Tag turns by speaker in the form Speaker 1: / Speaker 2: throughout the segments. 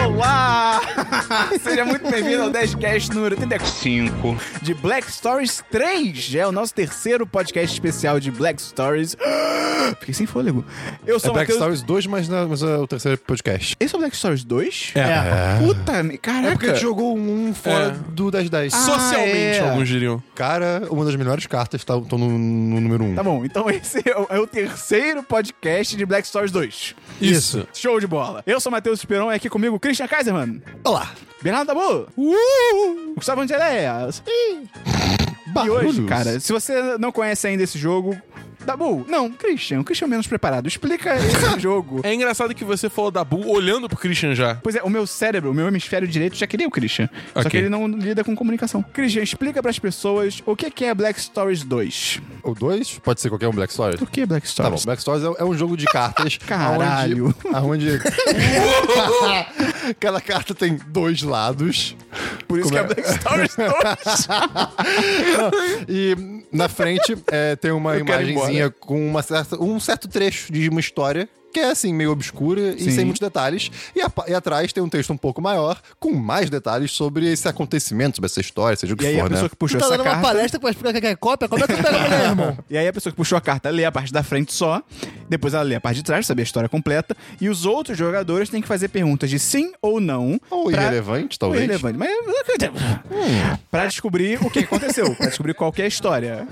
Speaker 1: Olá! Seja muito bem-vindo ao 10cast número
Speaker 2: 35.
Speaker 1: de Black Stories 3. É o nosso terceiro podcast especial de Black Stories. Fiquei sem fôlego. Eu
Speaker 3: É
Speaker 1: sou o
Speaker 3: Black
Speaker 1: Matheus.
Speaker 3: Stories 2, mas, na- mas é o terceiro podcast.
Speaker 1: Esse é o Black Stories 2?
Speaker 3: É.
Speaker 1: Puta, me- caraca.
Speaker 3: É porque a gente jogou um fora
Speaker 4: É.
Speaker 3: do 1010.
Speaker 1: Ah,
Speaker 4: Socialmente,
Speaker 1: é.
Speaker 4: alguns diriam.
Speaker 3: Cara, uma das melhores cartas tá, estão no, no número 1. Um.
Speaker 1: Tá bom, então esse é o, é o terceiro podcast de Black Stories 2.
Speaker 4: Isso.
Speaker 1: Show de bola. Eu sou o Matheus Esperon, é aqui comigo o Christian Kaiserman.
Speaker 3: Olá.
Speaker 1: Bernardo Dabu.
Speaker 3: Uh,
Speaker 1: Gustavo Angeléas. E hoje, cara, se você não conhece ainda esse jogo, Dabu, não, Christian, o Christian é o menos preparado. Explica esse jogo.
Speaker 4: É engraçado que você falou da Bull olhando pro Christian já.
Speaker 1: Pois é, o meu cérebro, o meu hemisfério direito já queria o Christian. Só
Speaker 4: Ok.
Speaker 1: que ele não lida com comunicação. Christian, explica pras pessoas o que que é Black Stories 2.
Speaker 3: O 2 pode ser qualquer um Black Stories.
Speaker 1: O que é Black
Speaker 3: Tá bom,
Speaker 1: Stories?
Speaker 3: Black Stories é, é um jogo de cartas.
Speaker 1: Caralho.
Speaker 3: Aonde. aonde- Cada carta tem dois lados.
Speaker 1: Por isso
Speaker 3: Como
Speaker 1: que é Black Stories 2.
Speaker 3: E na frente é, tem uma
Speaker 1: quero ir
Speaker 3: imagenzinha com uma certa- um certo trecho de uma história que é assim, meio obscura e
Speaker 1: Sim.
Speaker 3: sem muitos detalhes. E, apa- e atrás tem um texto um pouco maior, com mais detalhes sobre esse acontecimento, sobre essa história, seja o que
Speaker 1: e aí
Speaker 3: for,
Speaker 1: a pessoa
Speaker 3: né?
Speaker 1: que puxou
Speaker 5: Tu tá
Speaker 1: essa
Speaker 5: dando uma
Speaker 1: carta...
Speaker 5: palestra pra explicar o que é cópia? Como é que tu pega mulher, irmão?
Speaker 1: E aí a pessoa que puxou a carta lê a parte da frente só, depois ela lê a parte de trás, saber a história completa, e os outros jogadores têm que fazer perguntas de sim ou não.
Speaker 3: Ou
Speaker 1: pra-
Speaker 3: irrelevante, talvez.
Speaker 1: Ou irrelevante, mas... Pra descobrir o que aconteceu, pra descobrir qual que é a história.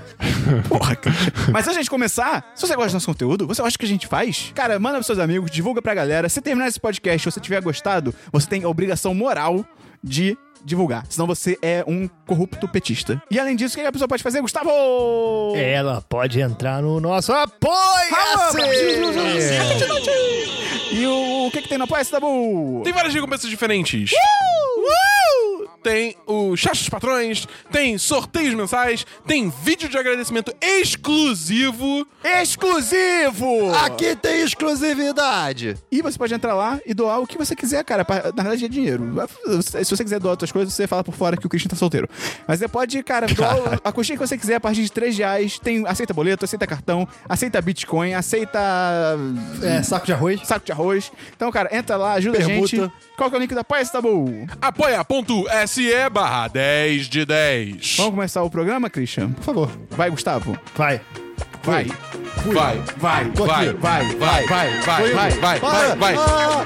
Speaker 1: Porra, cara. Mas antes de gente começar, se você gosta do nosso conteúdo, você acha que a gente faz? Cara, manda pros seus amigos, divulga pra galera. Se terminar esse podcast e você tiver gostado, você tem a obrigação moral de divulgar. Senão você é um corrupto petista. E além disso, o que a pessoa pode fazer, Gustavo?
Speaker 5: Ela pode entrar no nosso assim. apoia-se!
Speaker 1: E o, o que, que tem no Apoia-se, Dabu? Uh!
Speaker 4: Tem várias recompensas diferentes. Tem o Chá dos Patrões, tem sorteios mensais, tem vídeo de agradecimento exclusivo.
Speaker 1: Exclusivo!
Speaker 3: Aqui tem exclusividade!
Speaker 1: E você pode entrar lá e doar o que você quiser, cara. Pa- Na verdade, é dinheiro. Se você quiser doar outras coisas, você fala por fora que o Christian tá solteiro. Mas você pode, cara, doar a quantia que você quiser a partir de 3 reais. Tem, aceita boleto, aceita cartão, aceita Bitcoin, aceita
Speaker 5: É, saco de arroz.
Speaker 1: saco de arroz. Então, cara, entra lá, ajuda
Speaker 3: Permuta.
Speaker 1: a gente. Qual que é o link da Paz, tá bom?
Speaker 4: Apoia.se barra 10 de 10.
Speaker 1: Vamos começar o programa, Christian?
Speaker 3: Por favor.
Speaker 1: Vai, Gustavo.
Speaker 5: Vai.
Speaker 1: Vai.
Speaker 4: Vai,
Speaker 1: Vai.
Speaker 3: Tô
Speaker 4: vai,
Speaker 3: aqui.
Speaker 4: vai, vai, vai, vai, vai, vai,
Speaker 3: Para!
Speaker 4: vai, vai.
Speaker 3: Ah!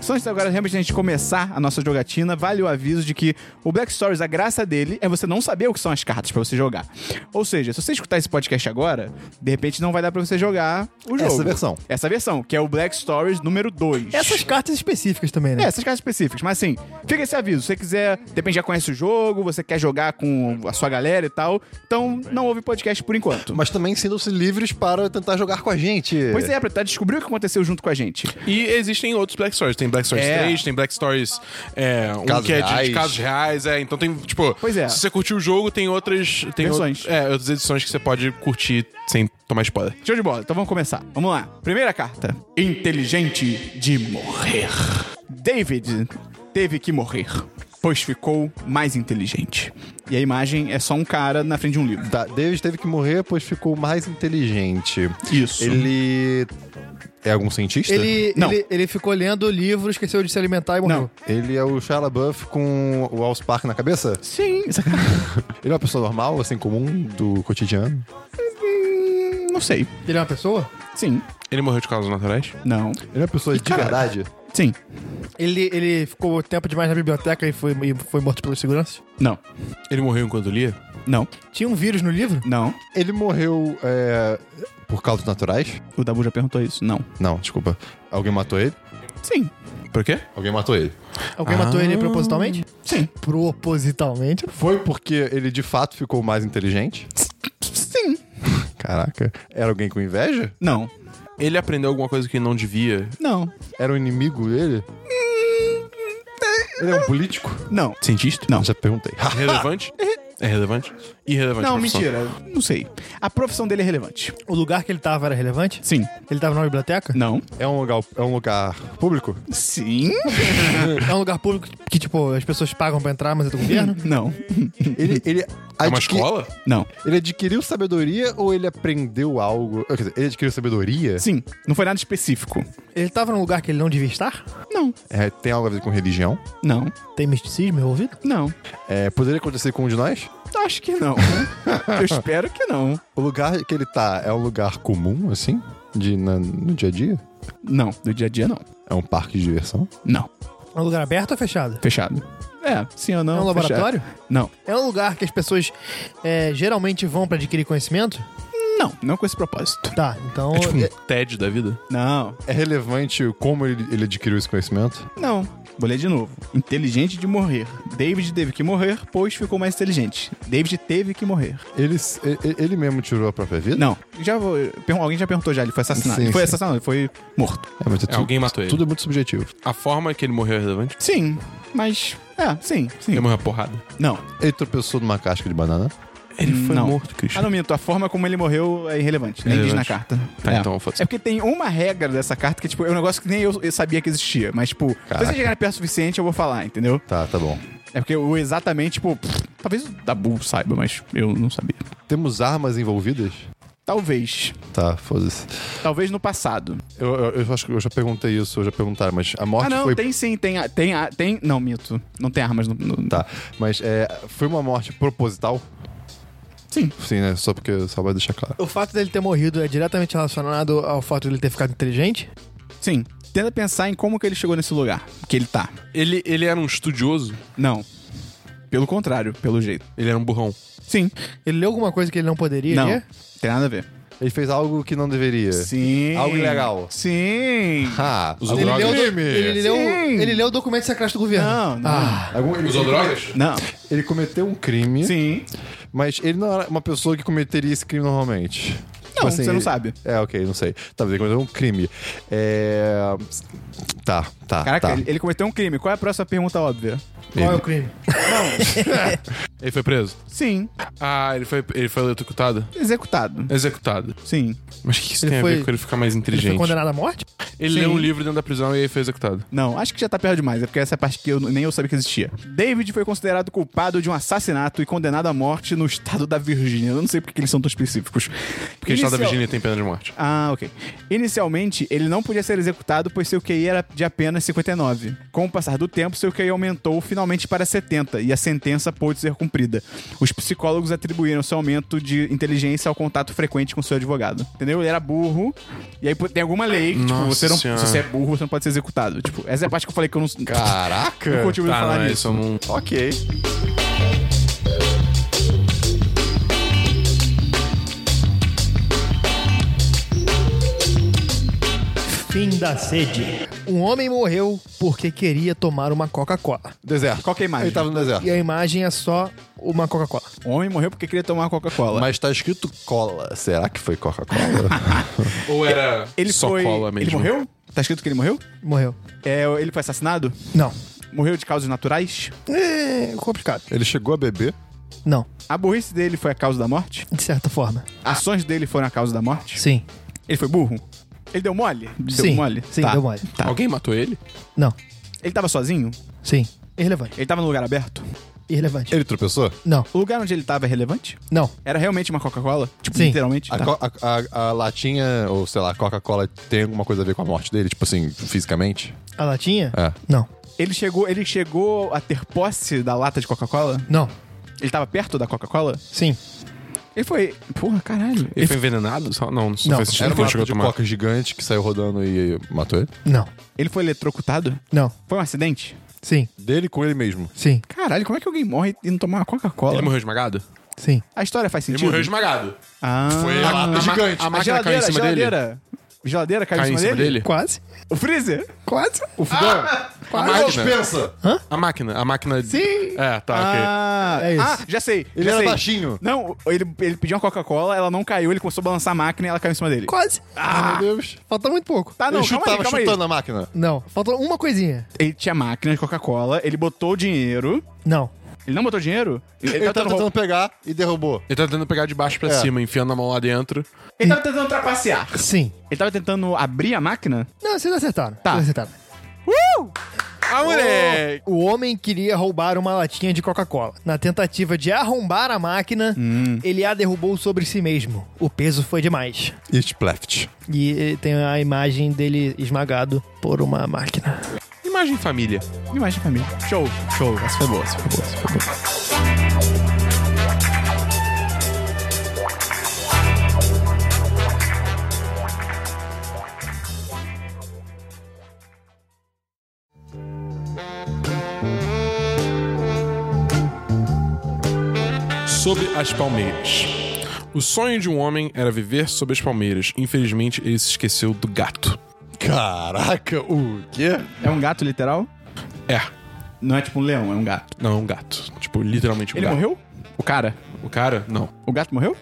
Speaker 1: Só antes agora, realmente, a gente começar a nossa jogatina, vale o aviso de que o Black Stories, a graça dele é você não saber o que são as cartas pra você jogar. Ou seja, se você escutar esse podcast agora, de repente não vai dar pra você jogar o jogo.
Speaker 3: Essa versão.
Speaker 1: Essa versão, que é o Black Stories número 2.
Speaker 5: Essas cartas específicas também,
Speaker 1: É,
Speaker 5: né?
Speaker 1: essas cartas específicas. Mas assim, fica esse aviso. Se você quiser, de repente já conhece o jogo, você quer jogar com a sua galera e tal, então não ouve podcast por enquanto.
Speaker 3: Mas também sintam-se livres para tentar jogar com a gente.
Speaker 1: Pois é, pra tentar descobrir o que aconteceu junto com a gente.
Speaker 4: E existem outros Black Stories. Tem Black Stories
Speaker 1: É.
Speaker 4: 3, tem Black Stories é, um
Speaker 3: Casos
Speaker 4: que é de,
Speaker 3: reais.
Speaker 4: de casos reais. É, então tem, tipo,
Speaker 1: Pois é.
Speaker 4: se você curtiu o jogo, tem outras. Tem
Speaker 1: Versões.
Speaker 4: é, outras edições que você pode curtir sem tomar spoiler.
Speaker 1: Show de bola, então vamos começar. Vamos lá. Primeira carta: Inteligente de morrer. David teve que morrer, pois ficou mais inteligente. E a imagem é só um cara na frente de um livro.
Speaker 3: Tá, David teve que morrer, pois ficou mais inteligente.
Speaker 1: Isso.
Speaker 3: Ele. É algum cientista?
Speaker 5: Ele,
Speaker 1: Não.
Speaker 5: ele, ele ficou lendo o livro, esqueceu de se alimentar e morreu.
Speaker 3: Ele é o Shia LaBeouf com o All Spark na cabeça?
Speaker 1: Sim.
Speaker 3: Ele é uma pessoa normal, assim, comum, do cotidiano?
Speaker 1: Hum, Não sei.
Speaker 5: Ele é uma pessoa?
Speaker 1: Sim.
Speaker 4: Ele morreu de causas naturais?
Speaker 1: Não.
Speaker 3: Ele é uma pessoa de
Speaker 1: cara-
Speaker 3: verdade?
Speaker 1: Sim.
Speaker 5: Ele, ele ficou tempo demais na biblioteca e foi, e foi morto pelos seguranças?
Speaker 1: Não.
Speaker 4: Ele morreu enquanto lia?
Speaker 1: Não.
Speaker 5: Tinha um vírus no livro?
Speaker 1: Não.
Speaker 3: Ele morreu é, por causas naturais?
Speaker 1: O Dabu já perguntou isso. Não.
Speaker 3: Não, desculpa. Alguém matou ele?
Speaker 1: Sim.
Speaker 4: Por quê?
Speaker 3: Alguém matou ele.
Speaker 5: Alguém matou ele propositalmente?
Speaker 1: Sim.
Speaker 5: Propositalmente?
Speaker 3: Foi porque ele de fato ficou mais inteligente?
Speaker 1: Sim.
Speaker 3: Caraca. Era alguém com inveja?
Speaker 1: Não.
Speaker 4: Ele aprendeu alguma coisa que não devia?
Speaker 1: Não.
Speaker 3: Era um inimigo dele? Ele é um político?
Speaker 1: Não.
Speaker 4: Cientista?
Speaker 1: Não.
Speaker 3: Já perguntei.
Speaker 4: Relevante? é relevante? Irrelevante.
Speaker 1: Não,
Speaker 4: profissão.
Speaker 1: mentira. Não sei. A profissão dele é relevante.
Speaker 5: O lugar que ele tava era relevante?
Speaker 1: Sim.
Speaker 5: Ele tava numa biblioteca?
Speaker 1: Não.
Speaker 3: É um lugar, é um lugar público?
Speaker 1: Sim.
Speaker 5: É um lugar público que, tipo, as pessoas pagam pra entrar, mas é do governo?
Speaker 1: Não.
Speaker 3: Ele, ele
Speaker 4: É uma
Speaker 3: adqui-
Speaker 4: escola?
Speaker 1: Não.
Speaker 3: Ele adquiriu sabedoria ou ele aprendeu algo? Quer dizer, ele adquiriu sabedoria?
Speaker 1: Sim, não foi nada específico.
Speaker 5: Ele tava num lugar que ele não devia estar?
Speaker 1: Não.
Speaker 3: É, tem algo a ver com religião?
Speaker 1: Não.
Speaker 5: Tem misticismo envolvido?
Speaker 1: Não.
Speaker 3: É, poderia acontecer com um de nós?
Speaker 1: Acho que não. Eu espero que não.
Speaker 3: O lugar que ele tá é um lugar comum, assim? De, na- no dia a dia?
Speaker 1: Não, do dia a dia não.
Speaker 3: É um parque de diversão?
Speaker 1: Não.
Speaker 5: É um lugar aberto ou fechado?
Speaker 1: Fechado. É, sim ou não.
Speaker 5: é um
Speaker 1: fechado.
Speaker 5: laboratório?
Speaker 1: Não.
Speaker 5: É um lugar que as pessoas é, geralmente vão pra adquirir conhecimento?
Speaker 1: Não, não com esse propósito.
Speaker 5: Tá, então.
Speaker 4: É tipo um
Speaker 5: é-
Speaker 4: TED da vida?
Speaker 1: Não.
Speaker 3: É relevante como ele, ele adquiriu esse conhecimento?
Speaker 1: Não. Vou ler de novo. Inteligente de morrer. David teve que morrer, pois ficou mais inteligente. David teve que morrer.
Speaker 3: Ele, s- e- e- ele mesmo tirou a própria vida?
Speaker 1: Não. Já vou. pergun- Alguém já perguntou já, ele foi assassinado.
Speaker 3: Sim,
Speaker 1: ele foi
Speaker 3: sim.
Speaker 1: assassinado, ele foi morto.
Speaker 3: É, mas é
Speaker 4: É,
Speaker 3: tu-
Speaker 4: alguém matou ele.
Speaker 3: Tudo é muito subjetivo.
Speaker 4: A forma que ele morreu é relevante?
Speaker 1: Sim, mas. É, sim, sim.
Speaker 4: Ele morreu a porrada.
Speaker 1: Não.
Speaker 3: Ele tropeçou numa casca de banana.
Speaker 4: Ele foi
Speaker 1: Não.
Speaker 4: morto,
Speaker 1: Ah,
Speaker 4: Christian.
Speaker 1: não minto, a forma como ele morreu é irrelevante. Nem diz na
Speaker 4: Irrelevante.
Speaker 1: carta.
Speaker 4: Tá,
Speaker 1: é.
Speaker 4: então foda-se.
Speaker 1: É porque tem uma regra dessa carta que, tipo, é um negócio que nem eu, eu sabia que existia. Mas, tipo, se você chegar perto o suficiente, eu vou falar, entendeu?
Speaker 3: Tá, tá bom.
Speaker 1: É porque o exatamente, tipo, pff, talvez o Dabu saiba, mas eu não sabia.
Speaker 3: Temos armas envolvidas?
Speaker 1: Talvez.
Speaker 3: Tá, foda-se.
Speaker 1: Talvez no passado.
Speaker 3: Eu, eu- eu acho que eu já perguntei isso, eu já perguntaram, mas a morte
Speaker 1: Ah, não,
Speaker 3: foi.
Speaker 1: tem sim, tem, a- tem, a- tem. Não, mito. Não tem armas no. no-
Speaker 3: Tá, mas é, foi uma morte proposital?
Speaker 1: Sim.
Speaker 3: Sim, né? Só porque só vai deixar claro.
Speaker 5: O fato dele ter morrido é diretamente relacionado ao fato dele ter ficado inteligente?
Speaker 1: Sim. Tenta pensar em como que ele chegou nesse lugar que ele tá.
Speaker 4: Ele, ele era um estudioso?
Speaker 1: Não. Pelo contrário, pelo jeito.
Speaker 4: Ele era um burrão?
Speaker 1: Sim.
Speaker 5: Ele leu alguma coisa que ele não poderia
Speaker 1: Não.
Speaker 5: ler?
Speaker 1: Tem nada a ver.
Speaker 3: Ele fez algo que não deveria.
Speaker 1: Sim.
Speaker 3: É. Algo ilegal.
Speaker 1: Sim.
Speaker 3: Ah,
Speaker 4: Usou
Speaker 5: Ele
Speaker 4: drogas?
Speaker 5: leu, do-
Speaker 3: Crime.
Speaker 5: ele, leu,
Speaker 1: Sim.
Speaker 5: ele leu o documento secreto do governo.
Speaker 1: Não, não.
Speaker 5: Ah,
Speaker 3: Algum- ele,
Speaker 4: Usou drogas?
Speaker 1: Não.
Speaker 3: ele cometeu um crime,
Speaker 1: Sim.
Speaker 3: mas ele não era uma pessoa que cometeria esse crime normalmente.
Speaker 1: Não, você não
Speaker 3: ele-
Speaker 1: sabe.
Speaker 3: É, ok, não sei. Talvez ele cometeu um crime. É. Tá, tá.
Speaker 1: Caraca,
Speaker 3: tá.
Speaker 1: ele, ele cometeu um crime. Qual é a próxima pergunta óbvia?
Speaker 5: qual é o crime?
Speaker 4: Ele foi preso?
Speaker 1: Sim.
Speaker 4: Ah, ele foi, ele foi eletrocutado?
Speaker 1: Executado.
Speaker 4: É. Executado.
Speaker 1: Sim.
Speaker 4: Mas o que isso
Speaker 5: Ele
Speaker 4: tem a
Speaker 5: foi-
Speaker 4: ver com ele ficar mais
Speaker 5: Ele foi
Speaker 4: inteligente? Ele,
Speaker 5: condenado à morte?
Speaker 4: leu
Speaker 1: Sim.
Speaker 4: um livro dentro da prisão e aí foi executado.
Speaker 1: Não, acho que já tá perto demais, é porque essa é a parte que eu nem eu sabia que existia. David foi considerado culpado de um assassinato e condenado à morte no estado da Virgínia. Eu não sei porque que eles são tão específicos.
Speaker 4: Porque o estado da Virgínia tem pena de morte.
Speaker 1: Ah, ok. Inicialmente, ele não podia ser executado, pois seu QI era de apenas 59. Com o passar do tempo, seu QI aumentou finalmente para 70 e a sentença pôde ser cumprida. Os psicólogos atribuíram seu aumento de inteligência ao contato frequente com seu advogado. Entendeu? Ele era burro, e aí pô, tem alguma lei que, tipo,
Speaker 4: Nossa
Speaker 1: você não, se
Speaker 4: Senhora.
Speaker 1: você é burro, você não pode ser executado. Tipo, essa é a parte que eu falei que eu não.
Speaker 3: Caraca!
Speaker 1: Não continuo
Speaker 4: Tá,
Speaker 1: falar
Speaker 4: não é
Speaker 1: nisso.
Speaker 4: isso, não...
Speaker 3: Ok.
Speaker 5: Fim da sede. Um homem morreu porque queria tomar uma Coca-Cola.
Speaker 3: Deserto.
Speaker 1: Qual que é a imagem?
Speaker 3: Ele tava no deserto.
Speaker 5: E a imagem é só uma Coca-Cola.
Speaker 1: O homem morreu porque queria tomar Coca-Cola.
Speaker 3: Mas tá escrito cola. Será que foi Coca-Cola?
Speaker 4: Ou era
Speaker 1: ele
Speaker 4: só
Speaker 1: foi.
Speaker 4: cola mesmo?
Speaker 1: Ele morreu? Tá escrito que ele morreu?
Speaker 5: Morreu.
Speaker 1: É, ele foi assassinado?
Speaker 5: Não.
Speaker 1: Morreu de causas naturais?
Speaker 5: É complicado.
Speaker 3: ele chegou a beber?
Speaker 5: Não,
Speaker 1: A burrice dele foi a causa da morte?
Speaker 5: de certa forma.
Speaker 4: Ah.
Speaker 1: Ações dele foram a causa da morte?
Speaker 5: Sim.
Speaker 1: Ele foi burro? Ele deu mole? Deu
Speaker 5: sim.
Speaker 1: mole?
Speaker 5: Sim,
Speaker 1: Tá.
Speaker 5: deu mole.
Speaker 4: Alguém matou ele?
Speaker 5: Não.
Speaker 1: Ele tava sozinho?
Speaker 5: Sim. Irrelevante.
Speaker 1: Ele tava no lugar aberto?
Speaker 5: Irrelevante.
Speaker 3: Ele tropeçou?
Speaker 5: Não,
Speaker 1: O lugar onde ele tava é relevante?
Speaker 5: não.
Speaker 1: Era realmente uma Coca-Cola? Tipo,
Speaker 5: Sim.
Speaker 1: literalmente?
Speaker 3: A,
Speaker 1: Tá.
Speaker 3: co- a- a- a latinha, ou sei lá, a Coca-Cola tem alguma coisa a ver com a morte dele? Tipo assim, fisicamente?
Speaker 5: A latinha?
Speaker 3: É.
Speaker 5: Não.
Speaker 1: Ele chegou, ele chegou a ter posse da lata de Coca-Cola?
Speaker 5: Não.
Speaker 1: Ele tava perto da Coca-Cola?
Speaker 5: Sim.
Speaker 1: Ele foi. Porra, caralho.
Speaker 4: Ele foi envenenado? Só- Não, não
Speaker 5: Não,
Speaker 4: faz sentido
Speaker 3: Era
Speaker 4: que
Speaker 3: uma
Speaker 4: ele chegou
Speaker 3: lata
Speaker 4: a
Speaker 3: de
Speaker 4: tomar.
Speaker 3: coca gigante que saiu rodando e matou ele?
Speaker 5: Não.
Speaker 1: Ele foi eletrocutado?
Speaker 5: Não.
Speaker 1: Foi um acidente?
Speaker 5: Sim.
Speaker 3: Dele com ele mesmo.
Speaker 5: Sim.
Speaker 1: Caralho, como é que alguém morre e não tomar uma Coca-Cola?
Speaker 4: Ele morreu esmagado?
Speaker 5: Sim.
Speaker 1: A história faz
Speaker 4: Ele
Speaker 1: sentido?
Speaker 4: morreu esmagado.
Speaker 1: Ah.
Speaker 4: Foi a, lata
Speaker 3: gigante.
Speaker 4: A,
Speaker 1: A
Speaker 4: máquina caiu em
Speaker 1: geladeira,
Speaker 4: cima dele.
Speaker 1: geladeira. Geladeira caiu,
Speaker 4: Caiu em cima dele?
Speaker 5: Quase.
Speaker 1: O freezer?
Speaker 5: Quase.
Speaker 3: O fogão?
Speaker 4: A
Speaker 3: a
Speaker 4: máquina.
Speaker 3: dispensa!
Speaker 4: A máquina. A máquina.
Speaker 5: Sim.
Speaker 4: É, tá, ok.
Speaker 1: Ah,
Speaker 5: É isso.
Speaker 1: ah, já sei.
Speaker 3: Ele assim,
Speaker 1: já
Speaker 3: era
Speaker 1: sei.
Speaker 3: baixinho.
Speaker 1: Não, ele, ele pediu uma Coca-Cola, ela não caiu, ele começou a balançar a máquina e ela caiu em cima dele.
Speaker 5: Quase.
Speaker 3: Ah, meu Deus.
Speaker 5: Falta muito pouco.
Speaker 1: Tá, não,
Speaker 3: ele
Speaker 1: calma
Speaker 3: chutava,
Speaker 1: aí, calma aí.
Speaker 3: chutando a máquina.
Speaker 5: Não. Falta uma coisinha.
Speaker 1: Ele tinha máquina de Coca-Cola, ele botou o dinheiro.
Speaker 5: Não.
Speaker 1: Ele não botou dinheiro? Ele, tá
Speaker 3: Ele,
Speaker 1: ele,
Speaker 3: tava
Speaker 1: tava,
Speaker 3: tentando
Speaker 1: tentando...
Speaker 3: pegar e derrubou.
Speaker 4: Ele tá tentando pegar de baixo pra
Speaker 3: É.
Speaker 4: cima, enfiando a mão lá dentro.
Speaker 1: ele tava tentando trapacear.
Speaker 5: Sim.
Speaker 1: Ele tava tentando abrir a máquina?
Speaker 5: Não, vocês acertaram.
Speaker 1: Tá.
Speaker 5: Vocês acertaram.
Speaker 1: Uh!
Speaker 4: Ah, moleque!
Speaker 5: O homem queria roubar uma latinha de Coca-Cola. Na tentativa de arrombar a máquina, ele a derrubou sobre si mesmo. O peso foi demais.
Speaker 3: It Pleft.
Speaker 5: E eh, tem a imagem dele esmagado por uma máquina.
Speaker 4: Imagem família.
Speaker 1: Imagem pra mim. Show, show. Essa foi boa, essa foi boa, essa foi boa.
Speaker 4: Sobre as palmeiras. O sonho de um homem era viver sob as palmeiras. Infelizmente, ele se esqueceu do gato.
Speaker 3: Caraca, o quê?
Speaker 1: É um gato, literal?
Speaker 4: É.
Speaker 1: Não é tipo um leão, é um gato.
Speaker 4: Não, é um gato. Tipo, literalmente um
Speaker 1: Ele
Speaker 4: gato.
Speaker 1: morreu? O cara?
Speaker 4: O cara? Não.
Speaker 1: O gato morreu?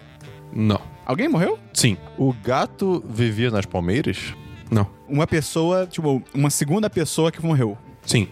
Speaker 4: Não.
Speaker 1: Alguém morreu?
Speaker 4: Sim.
Speaker 3: O gato vivia nas palmeiras?
Speaker 4: Não.
Speaker 1: Uma pessoa, tipo, uma segunda pessoa que morreu.
Speaker 4: Sim.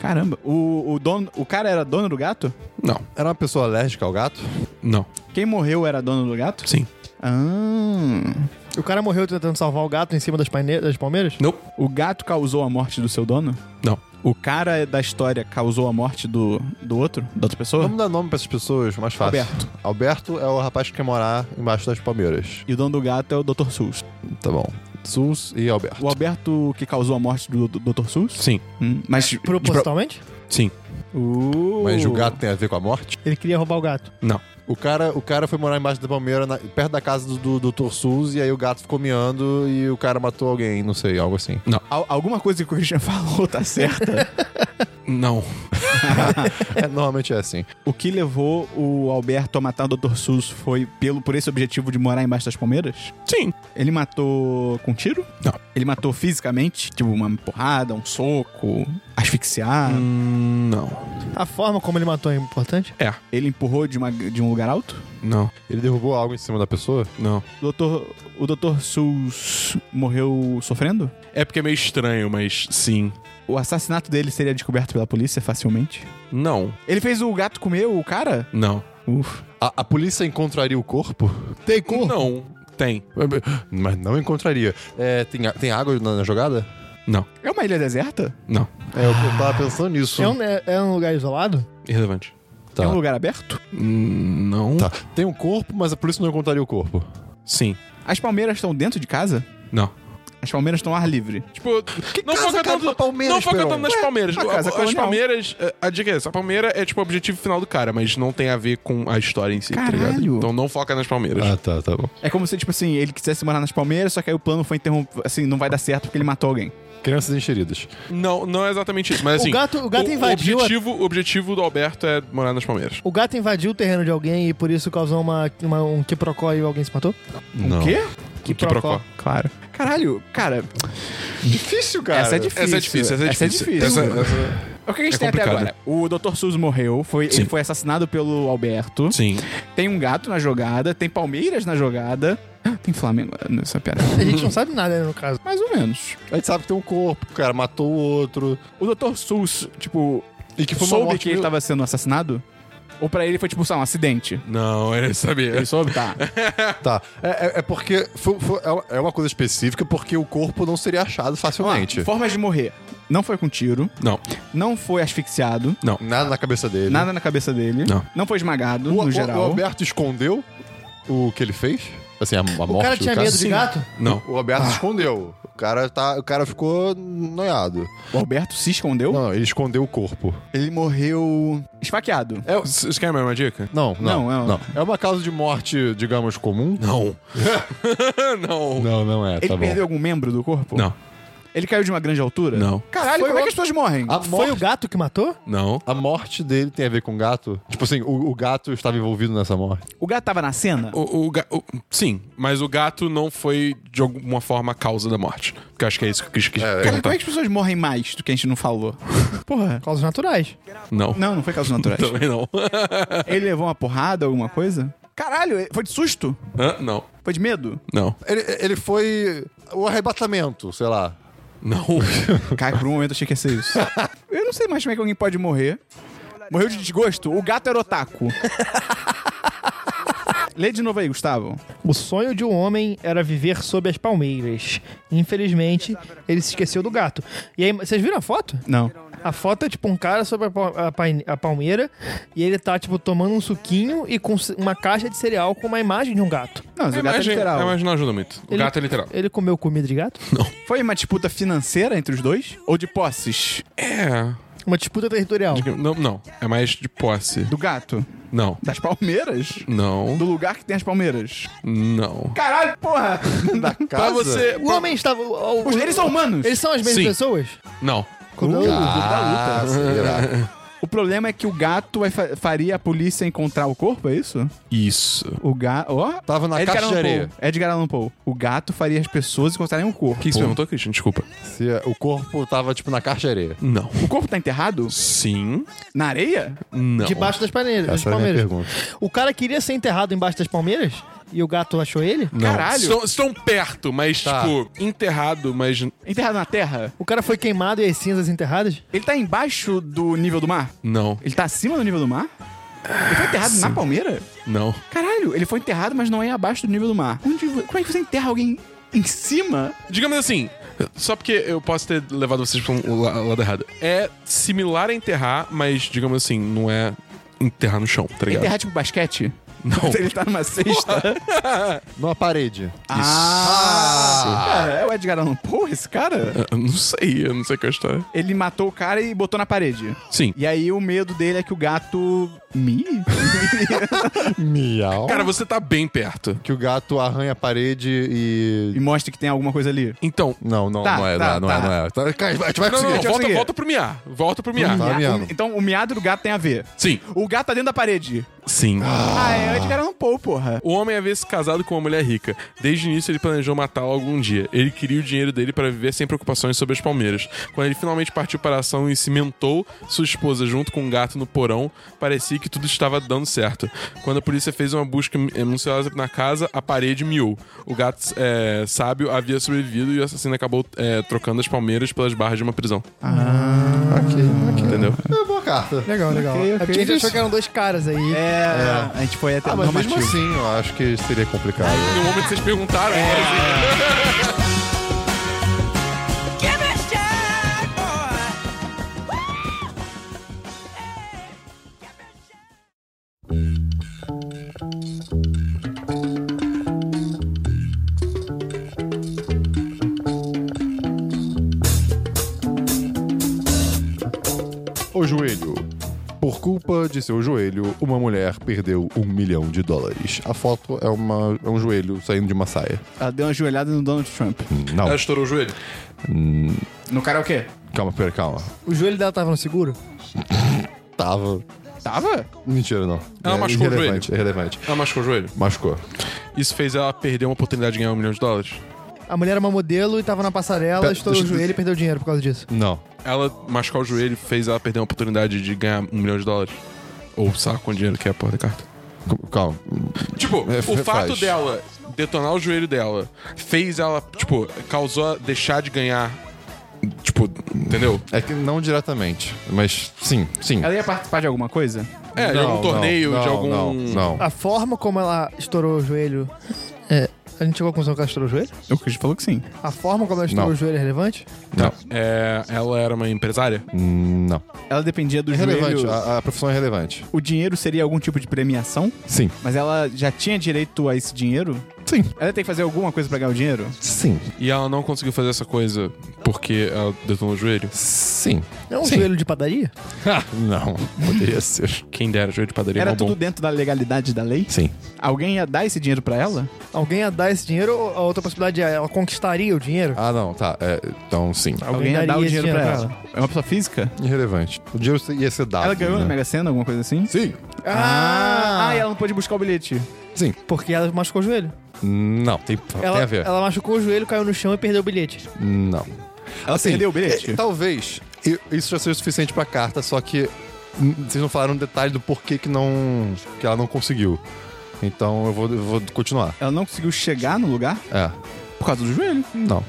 Speaker 1: Caramba, o, o dono. O cara era dono do gato?
Speaker 4: Não.
Speaker 3: Era uma pessoa alérgica ao gato?
Speaker 1: Hum.
Speaker 4: Não.
Speaker 1: Quem morreu era dono do gato?
Speaker 4: Sim.
Speaker 1: Ah.
Speaker 5: O cara morreu tentando salvar o gato em cima das, paine- das palmeiras?
Speaker 4: Não.
Speaker 1: O gato causou a morte do seu dono?
Speaker 4: Não.
Speaker 1: O cara da história causou a morte do, do outro? Da outra pessoa?
Speaker 3: Vamos dar nome pra essas pessoas, mais fácil.
Speaker 1: Alberto.
Speaker 3: Alberto é o rapaz que quer morar embaixo das palmeiras.
Speaker 1: E o dono do gato é o Dr. Sus.
Speaker 3: Tá bom. Sus e Alberto.
Speaker 1: O Alberto que causou a morte do, do Dr. Sus?
Speaker 4: Sim.
Speaker 1: Hum, mas.
Speaker 5: Propositalmente?
Speaker 4: Sim.
Speaker 1: Uh.
Speaker 3: Mas o gato tem a ver com a morte?
Speaker 5: Ele queria roubar o gato.
Speaker 4: Não.
Speaker 3: O cara, o cara foi morar embaixo da palmeira, na- perto da casa do, do Dr. Sus, e aí o gato ficou miando e o cara matou alguém, não sei, algo assim.
Speaker 1: Al- alguma coisa que o Christian falou tá certa.
Speaker 4: Não.
Speaker 3: É, normalmente é assim.
Speaker 1: o que levou o Alberto a matar o Dr. Sus foi pelo, por esse objetivo de morar embaixo das palmeiras?
Speaker 4: Sim.
Speaker 1: Ele matou com tiro?
Speaker 4: Não.
Speaker 1: Ele matou fisicamente? Tipo, uma porrada, um soco, asfixiar?
Speaker 4: Hum, Não.
Speaker 5: A forma como ele matou é importante?
Speaker 4: É.
Speaker 1: Ele empurrou de, uma- de um lugar alto?
Speaker 4: Não.
Speaker 3: Ele derrubou algo em cima da pessoa?
Speaker 4: Não.
Speaker 1: Doutor, o Dr. Sus morreu sofrendo?
Speaker 4: É porque é meio estranho, mas sim.
Speaker 1: O assassinato dele seria descoberto pela polícia facilmente?
Speaker 4: Não.
Speaker 1: Ele fez o gato comer o cara?
Speaker 4: Não.
Speaker 1: Uf.
Speaker 3: A, a polícia encontraria o corpo? É,
Speaker 5: Tem
Speaker 4: Não. Tem.
Speaker 3: Mas não encontraria. É, tem, a- tem água na, na jogada?
Speaker 4: Não.
Speaker 1: É uma ilha deserta?
Speaker 4: Não.
Speaker 3: É, eu, eu tava pensando nisso.
Speaker 5: É um, é- é um lugar isolado?
Speaker 4: Irrelevante.
Speaker 3: Tá.
Speaker 1: É um lugar aberto?
Speaker 4: Hum, Não.
Speaker 3: Tá. Tem um corpo, mas a polícia não encontraria o corpo.
Speaker 4: Sim.
Speaker 1: As palmeiras estão dentro de casa?
Speaker 4: Não.
Speaker 1: As palmeiras estão ao ar livre.
Speaker 4: Tipo, não
Speaker 3: casa,
Speaker 4: foca
Speaker 3: cara,
Speaker 4: tanto,
Speaker 3: pra Palmeiras,
Speaker 4: não foca
Speaker 3: Peron?
Speaker 4: tanto nas palmeiras.
Speaker 1: a casa
Speaker 4: As
Speaker 1: colonial.
Speaker 4: palmeiras, eh, a dica é essa. A palmeira é tipo o objetivo final do cara, mas não tem a ver com a história em si, tá ligado?
Speaker 1: Caralho.
Speaker 4: Então não foca nas palmeiras.
Speaker 3: tá, tá bom.
Speaker 1: É como se, tipo assim, ele quisesse morar nas palmeiras, só que aí o plano foi interrompido. Assim, não vai dar certo porque ele matou alguém.
Speaker 3: Crianças encheridas.
Speaker 4: Não, não é exatamente isso, mas assim...
Speaker 5: o gato, o gato invadiu a-
Speaker 4: objetivo, o objetivo do Alberto é morar nas palmeiras.
Speaker 5: O gato invadiu o terreno de alguém e por isso causou uma, uma- um quiprocó e alguém se matou?
Speaker 3: Não.
Speaker 1: Quê?
Speaker 4: Que
Speaker 5: Quiprocó.
Speaker 4: procó.
Speaker 1: Claro. Caralho, cara,
Speaker 3: Difícil, cara.
Speaker 1: essa é difícil.
Speaker 4: Essa é difícil, essa é difícil.
Speaker 1: Essa
Speaker 4: Essa-
Speaker 1: O que a gente
Speaker 4: É
Speaker 1: tem até
Speaker 4: complicado.
Speaker 1: agora? O Dr. Sus morreu, foi, ele
Speaker 4: Sim.
Speaker 1: foi assassinado pelo Alberto.
Speaker 4: Sim.
Speaker 1: Tem um gato na jogada, tem Palmeiras na jogada. Ah, Tem Flamengo nessa piada.
Speaker 5: A
Speaker 3: Uhum.
Speaker 5: gente não sabe nada né, no caso.
Speaker 1: Mais ou menos.
Speaker 3: A gente sabe que tem um corpo, o cara matou o outro.
Speaker 1: O Dr. Sus, tipo,
Speaker 3: E que foi uma
Speaker 1: soube
Speaker 3: morte
Speaker 1: que ele
Speaker 3: meio-
Speaker 1: tava sendo assassinado? Ou pra ele foi, tipo, sei lá, um acidente?
Speaker 4: Não, ele sabia.
Speaker 1: Ele soube? Tá.
Speaker 3: Tá. É, é- é porque foi- foi- é uma- é uma coisa específica, porque o corpo não seria achado facilmente.
Speaker 1: Ó, Formas de morrer. Não foi com tiro,
Speaker 4: Não,
Speaker 1: não foi asfixiado,
Speaker 3: Nada na cabeça dele.
Speaker 1: nada na cabeça dele,
Speaker 4: Não.
Speaker 1: foi esmagado,
Speaker 3: O,
Speaker 1: no
Speaker 3: o- o
Speaker 1: geral.
Speaker 3: Alberto escondeu o que ele fez? Assim, a, a morte
Speaker 5: O cara
Speaker 3: do
Speaker 5: tinha medo de
Speaker 3: Sim.
Speaker 5: gato?
Speaker 4: não.
Speaker 3: O Alberto
Speaker 1: Ah.
Speaker 3: escondeu. O cara, tá, o cara ficou noiado.
Speaker 1: O Alberto se escondeu,
Speaker 3: Não, não, ele escondeu o corpo.
Speaker 1: ele morreu esfaqueado.
Speaker 4: É, você quer mais uma dica?
Speaker 3: Não, não,
Speaker 1: Não, um-
Speaker 3: não,
Speaker 1: não.
Speaker 3: É uma causa de morte, digamos, comum?
Speaker 4: Não. não.
Speaker 3: Não, não é,
Speaker 1: Ele perdeu algum membro do corpo?
Speaker 4: Tá Não.
Speaker 1: Ele caiu de uma grande altura?
Speaker 4: Não.
Speaker 1: Caralho,
Speaker 5: Foi
Speaker 1: como é que
Speaker 5: outro-
Speaker 1: as pessoas morrem?
Speaker 3: A
Speaker 5: Foi
Speaker 3: morte,
Speaker 5: o gato que matou?
Speaker 4: Não.
Speaker 3: a morte dele tem a ver com gato? Tipo assim, o, o gato estava envolvido nessa morte.
Speaker 1: O gato tava na cena?
Speaker 4: O, o ga- o- sim, mas o gato não foi de alguma forma a causa da morte. Porque eu acho que é isso que eu quis, quis
Speaker 1: Cara,
Speaker 4: perguntar.
Speaker 1: como é que as pessoas morrem mais do que a gente não falou? Porra.
Speaker 5: Causas naturais.
Speaker 4: Não.
Speaker 1: Não, não foi caso naturais.
Speaker 4: Também não.
Speaker 1: Ele levou uma porrada, alguma coisa? Caralho, foi de susto?
Speaker 4: Hã? não.
Speaker 1: Foi de medo?
Speaker 4: Não.
Speaker 3: Ele, ele foi o arrebatamento, sei lá.
Speaker 4: Não.
Speaker 1: Cara, por um momento eu achei que ia ser isso. Eu não sei mais como é que alguém pode morrer. Morreu de desgosto? O gato era otaku. Lê de novo aí, Gustavo.
Speaker 5: O sonho de um homem era viver sob as palmeiras. Infelizmente, ele se esqueceu do gato. E aí, vocês viram a foto?
Speaker 1: Não.
Speaker 5: A foto é tipo um cara sobre a, pal- a paine- a palmeira e ele tá, tipo, tomando um suquinho e com ce- uma caixa de cereal com uma imagem de um gato.
Speaker 1: Não, mas
Speaker 4: A
Speaker 1: o gato é
Speaker 4: imagem-
Speaker 1: literal.
Speaker 4: A imagem não ajuda muito. O
Speaker 5: Ele-
Speaker 4: gato é literal.
Speaker 5: Ele comeu comida de gato?
Speaker 1: Foi uma disputa financeira entre os dois? Ou de posses?
Speaker 4: É.
Speaker 5: Uma disputa territorial.
Speaker 4: Acho que- Não, não. É mais de posse.
Speaker 1: Do gato?
Speaker 4: Não.
Speaker 1: Das palmeiras?
Speaker 4: Não.
Speaker 1: Do lugar que tem as palmeiras?
Speaker 4: Não.
Speaker 1: Caralho, porra!
Speaker 3: Da casa?
Speaker 4: Pra você.
Speaker 5: O homem estava... o- o-
Speaker 1: Os- Eles são humanos!
Speaker 5: Eles tá são as mesmas
Speaker 4: Sim.
Speaker 5: pessoas?
Speaker 4: Não.
Speaker 5: Como eu-
Speaker 3: Ah, será?
Speaker 1: O problema é que o gato vai fa- faria a polícia encontrar o corpo, é isso?
Speaker 4: Isso.
Speaker 1: O gato. Ó!
Speaker 3: Tava na
Speaker 1: Edgar
Speaker 3: caixa de
Speaker 1: Allan
Speaker 3: areia.
Speaker 1: Poe. Edgar Allan Poe. O gato faria as pessoas encontrarem um
Speaker 4: O
Speaker 1: corpo.
Speaker 4: que você perguntou, Christian? Desculpa.
Speaker 3: Se o corpo tava, tipo, na caixa de areia.
Speaker 4: Não.
Speaker 1: O corpo tá enterrado?
Speaker 4: Sim.
Speaker 1: Na areia?
Speaker 4: Não.
Speaker 5: Debaixo das palmeiras. das
Speaker 3: Essa era a minha
Speaker 5: palmeiras.
Speaker 3: pergunta.
Speaker 5: O cara queria ser enterrado embaixo das palmeiras e o gato achou ele?
Speaker 4: Não.
Speaker 1: Caralho.
Speaker 4: Estão, estão perto, mas,
Speaker 3: Tá.
Speaker 4: tipo, enterrado, mas.
Speaker 1: Enterrado na terra?
Speaker 5: O cara foi queimado e as cinzas enterradas?
Speaker 1: Ele tá embaixo do nível do mar?
Speaker 4: Não.
Speaker 1: Ele tá acima do nível do mar? Ele foi enterrado na palmeira?
Speaker 4: Não.
Speaker 1: Caralho, ele foi enterrado, mas não é abaixo do nível do mar. Onde, vo- como é que você enterra alguém em cima?
Speaker 4: Digamos assim, só porque eu posso ter levado vocês para um la- lado errado. É similar a enterrar, mas, digamos assim, não é enterrar no chão, tá ligado?
Speaker 1: Enterrar tipo basquete?
Speaker 4: Não.
Speaker 1: Ele tá numa cesta?
Speaker 3: Numa parede.
Speaker 1: Ah! Cara, é o Edgar Allan Poe, esse cara?
Speaker 4: Eu não sei, eu não sei qual é a história.
Speaker 1: Ele matou o cara e botou na parede.
Speaker 4: Sim.
Speaker 1: E aí o medo dele é que o gato... Mi?
Speaker 3: Miau.
Speaker 4: Cara, você tá bem perto.
Speaker 3: Que o gato arranha a parede
Speaker 1: e
Speaker 3: e...
Speaker 1: mostra que tem alguma coisa ali.
Speaker 4: Então.
Speaker 3: Não, não,
Speaker 1: Tá,
Speaker 3: não é,
Speaker 1: tá,
Speaker 3: não é,
Speaker 1: tá.
Speaker 3: não é. Tá, cara, a gente vai
Speaker 4: Não, Uhum. não,
Speaker 3: conseguir.
Speaker 4: não,
Speaker 1: deixa eu
Speaker 4: volta,
Speaker 1: seguir.
Speaker 4: volta pro miar. Volta pro miar.
Speaker 3: Tá miando.
Speaker 1: Então o miado do gato tem a ver.
Speaker 4: Sim.
Speaker 1: O gato tá dentro da parede.
Speaker 4: Sim.
Speaker 1: Ah, é o Edgar Allan Poe, porra.
Speaker 4: O homem havia se casado com uma mulher rica. Desde o início, ele planejou matá-la algum dia. Ele queria o dinheiro dele para viver sem preocupações sobre as palmeiras. Quando ele finalmente partiu para a ação e cimentou sua esposa junto com um gato no porão, parecia que tudo estava dando certo. Quando a polícia fez uma busca minuciosa na casa, a parede miou. O gato é, sábio havia sobrevivido e o assassino acabou é, trocando as palmeiras pelas barras de uma prisão.
Speaker 3: Ok, ok.
Speaker 4: Entendeu?
Speaker 3: É uma boa carta.
Speaker 5: Ah, Legal, legal.
Speaker 1: Ok, ok.
Speaker 5: É porque a gente achou que eram dois caras aí.
Speaker 1: É, a gente foi até
Speaker 3: Ah, mas mesmo assim, eu acho que seria complicado.
Speaker 4: No um momento que vocês perguntaram, eu falei assim,
Speaker 2: Give it Jack, boy.
Speaker 3: O joelho. Por culpa de seu joelho, uma mulher perdeu um milhão de dólares. A foto é, uma, é um joelho saindo de uma saia.
Speaker 1: Ela deu uma joelhada no Donald Trump.
Speaker 3: Não,
Speaker 4: Ela estourou o joelho.
Speaker 1: No karaokê?
Speaker 3: calma, pera, calma.
Speaker 5: O joelho dela tava no seguro?
Speaker 3: Tava.
Speaker 1: Tava?
Speaker 3: Mentira, não. É
Speaker 4: Ela machucou o
Speaker 3: irrelevante, irrelevante.
Speaker 4: Ela machucou o joelho.
Speaker 3: Machucou.
Speaker 4: Isso fez ela perder uma oportunidade de ganhar um milhão de dólares.
Speaker 5: A mulher era uma modelo e tava na passarela,
Speaker 3: Pera,
Speaker 5: estourou
Speaker 3: Tá,
Speaker 5: o
Speaker 3: deixa eu-
Speaker 5: joelho e perdeu dinheiro por causa disso.
Speaker 3: Não.
Speaker 4: ela machucar o joelho fez ela perder uma oportunidade de ganhar um milhão de dólares. Ou saco com dinheiro que é a porra da carta.
Speaker 3: C- Calma.
Speaker 4: Tipo,
Speaker 3: É,
Speaker 4: o
Speaker 3: faz.
Speaker 4: fato dela detonar o joelho dela fez ela, tipo, causou ela deixar de ganhar. Tipo, entendeu?
Speaker 3: É que não diretamente, mas sim, sim.
Speaker 1: Ela ia participar de alguma coisa?
Speaker 4: É,
Speaker 3: um
Speaker 4: de algum torneio,
Speaker 3: não,
Speaker 4: de algum.
Speaker 3: Não, não.
Speaker 5: A forma como ela estourou o joelho. É. A gente chegou à conclusão que ela estourou o joelho?
Speaker 1: O Chris falou que sim.
Speaker 5: A forma como ela estourou
Speaker 3: Não.
Speaker 5: o joelho é relevante?
Speaker 3: Não.
Speaker 4: É, ela era uma empresária?
Speaker 3: Não.
Speaker 1: Ela dependia do
Speaker 3: É relevante.
Speaker 1: joelho.
Speaker 3: A, a profissão é relevante.
Speaker 1: O dinheiro seria algum tipo de premiação,
Speaker 3: Sim.
Speaker 1: mas ela já tinha direito a esse dinheiro?
Speaker 3: Sim.
Speaker 1: Ela tem que fazer alguma coisa pra ganhar o dinheiro?
Speaker 3: Sim.
Speaker 4: E ela não conseguiu fazer essa coisa porque ela detonou o joelho?
Speaker 3: Sim.
Speaker 5: É um
Speaker 3: Sim.
Speaker 5: joelho de padaria?
Speaker 3: Não. Poderia ser.
Speaker 4: Quem dera, joelho de padaria
Speaker 1: Era
Speaker 4: é mó
Speaker 1: tudo
Speaker 4: bom.
Speaker 1: dentro da legalidade da lei?
Speaker 3: Sim.
Speaker 1: Alguém ia dar esse dinheiro pra ela?
Speaker 5: Alguém ia dar esse dinheiro ou a outra possibilidade é ela conquistaria o dinheiro?
Speaker 3: Ah, não, tá. É, então, sim.
Speaker 1: Alguém, ia
Speaker 5: daria
Speaker 1: dar o
Speaker 5: esse
Speaker 1: dinheiro, pra,
Speaker 5: dinheiro
Speaker 1: ela.
Speaker 5: pra
Speaker 1: É uma pessoa física?
Speaker 3: Irrelevante. O dinheiro ia ser dado.
Speaker 1: ela ganhou
Speaker 3: né?
Speaker 1: na Mega Sena, alguma coisa assim?
Speaker 3: Sim.
Speaker 1: Ah, e ela não pôde buscar o bilhete.
Speaker 3: Sim.
Speaker 5: Porque ela machucou o joelho.
Speaker 3: Não. Tem,
Speaker 5: Ela,
Speaker 3: tem a ver.
Speaker 5: ela machucou o joelho, caiu no chão e perdeu o bilhete.
Speaker 3: Não.
Speaker 1: Ela perdeu o bilhete?
Speaker 3: É, talvez e- isso já seja suficiente pra carta, só que hum, vocês não falaram o detalhe do porquê que não. que ela não conseguiu. Então eu vou, eu vou continuar.
Speaker 1: Ela não conseguiu chegar no lugar
Speaker 3: É.
Speaker 1: por causa do joelho.
Speaker 3: Não.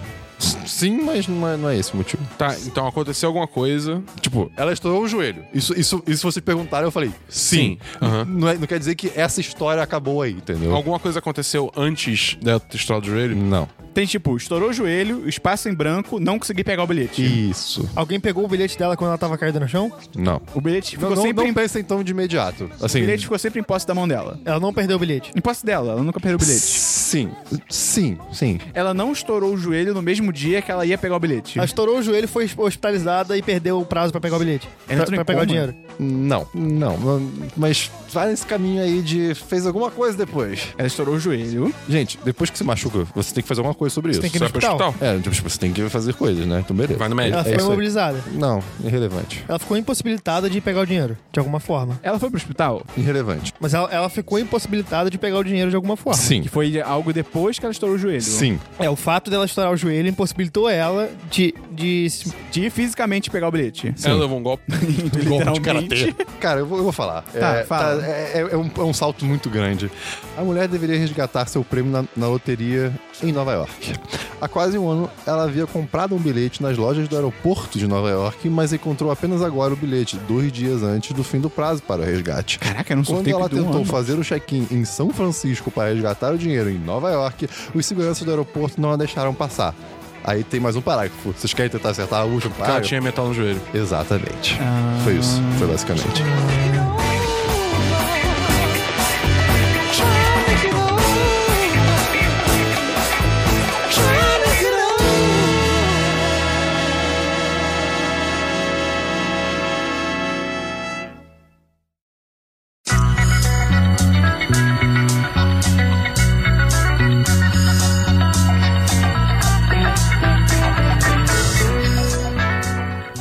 Speaker 3: Sim, mas não é, não é esse o motivo.
Speaker 4: Tá, então aconteceu alguma coisa.
Speaker 3: Tipo, ela estourou o joelho. Isso, isso, isso vocês perguntaram, eu falei, sim.
Speaker 4: Sim. Aham.
Speaker 3: Não, é- não quer dizer que essa história acabou aí, entendeu?
Speaker 4: Alguma coisa aconteceu antes da estrada do joelho?
Speaker 3: Não.
Speaker 1: Tem tipo, estourou o joelho, espaço em branco, não consegui pegar o bilhete.
Speaker 3: Isso.
Speaker 5: Alguém pegou o bilhete dela quando ela tava caída no chão?
Speaker 3: Não.
Speaker 1: O bilhete ficou
Speaker 3: Não, não,
Speaker 1: sempre
Speaker 3: não
Speaker 1: em...
Speaker 3: pensa então de imediato.
Speaker 1: O
Speaker 3: Assim,
Speaker 1: bilhete ficou sempre em posse da mão dela.
Speaker 5: Ela não perdeu o bilhete.
Speaker 1: Em posse dela, ela nunca perdeu o bilhete.
Speaker 3: sim. Sim, sim.
Speaker 1: Ela não estourou o joelho no mesmo dia que ela ia pegar o bilhete.
Speaker 5: Ela estourou o joelho, foi hospitalizada e perdeu o prazo pra pegar o bilhete.
Speaker 1: Ela
Speaker 5: Pra,
Speaker 1: entrou em
Speaker 5: pra pegar o
Speaker 1: coma?
Speaker 5: dinheiro.
Speaker 3: Não. Não. Mas vai nesse caminho aí de fez alguma coisa depois.
Speaker 1: Ela estourou o joelho.
Speaker 3: Gente, depois que você machuca, você tem que fazer alguma coisa sobre isso.
Speaker 5: tem que ir
Speaker 4: Você
Speaker 5: no
Speaker 4: vai pro hospital?
Speaker 3: É, tipo, você tem que fazer coisas, né? Então, beleza.
Speaker 4: Vai no médico.
Speaker 5: Ela Ah, foi um
Speaker 3: isso aí.
Speaker 5: imobilizada.
Speaker 3: Não, irrelevante.
Speaker 5: Ela ficou impossibilitada de pegar o dinheiro, de alguma forma.
Speaker 1: Ela foi pro hospital,
Speaker 3: Irrelevante.
Speaker 5: Mas ela, ela ficou impossibilitada de pegar o dinheiro de alguma forma.
Speaker 3: Sim.
Speaker 1: que foi algo depois que ela estourou o joelho.
Speaker 3: Sim.
Speaker 5: É, o fato dela estourar o joelho impossibilitou ela de, de se
Speaker 1: De fisicamente pegar o bilhete.
Speaker 4: Ela levou um golpe.
Speaker 1: Literalmente.
Speaker 3: Cara, eu vou, eu vou falar.
Speaker 1: Tá,
Speaker 3: é,
Speaker 1: fala.
Speaker 3: tá, é, é- é um, é um salto muito grande. A mulher deveria resgatar seu prêmio na, na loteria em Nova York. Há quase um ano, ela havia comprado um bilhete nas lojas do aeroporto de Nova York, mas encontrou apenas agora o bilhete, dois dias antes do fim do prazo para o resgate.
Speaker 1: Caraca, era um
Speaker 3: Quando
Speaker 1: sorteio
Speaker 3: ela
Speaker 1: que durou um
Speaker 3: tentou
Speaker 1: ano.
Speaker 3: fazer o check-in em São Francisco para resgatar o dinheiro em Nova York, os seguranças do aeroporto não a deixaram passar. Aí tem mais um parágrafo. Vocês querem tentar acertar o último
Speaker 4: Ela
Speaker 3: parágrafo?
Speaker 4: tinha metal no joelho.
Speaker 3: Exatamente.
Speaker 1: Ah.
Speaker 3: Foi isso. Foi basicamente.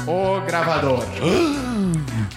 Speaker 1: O gravador.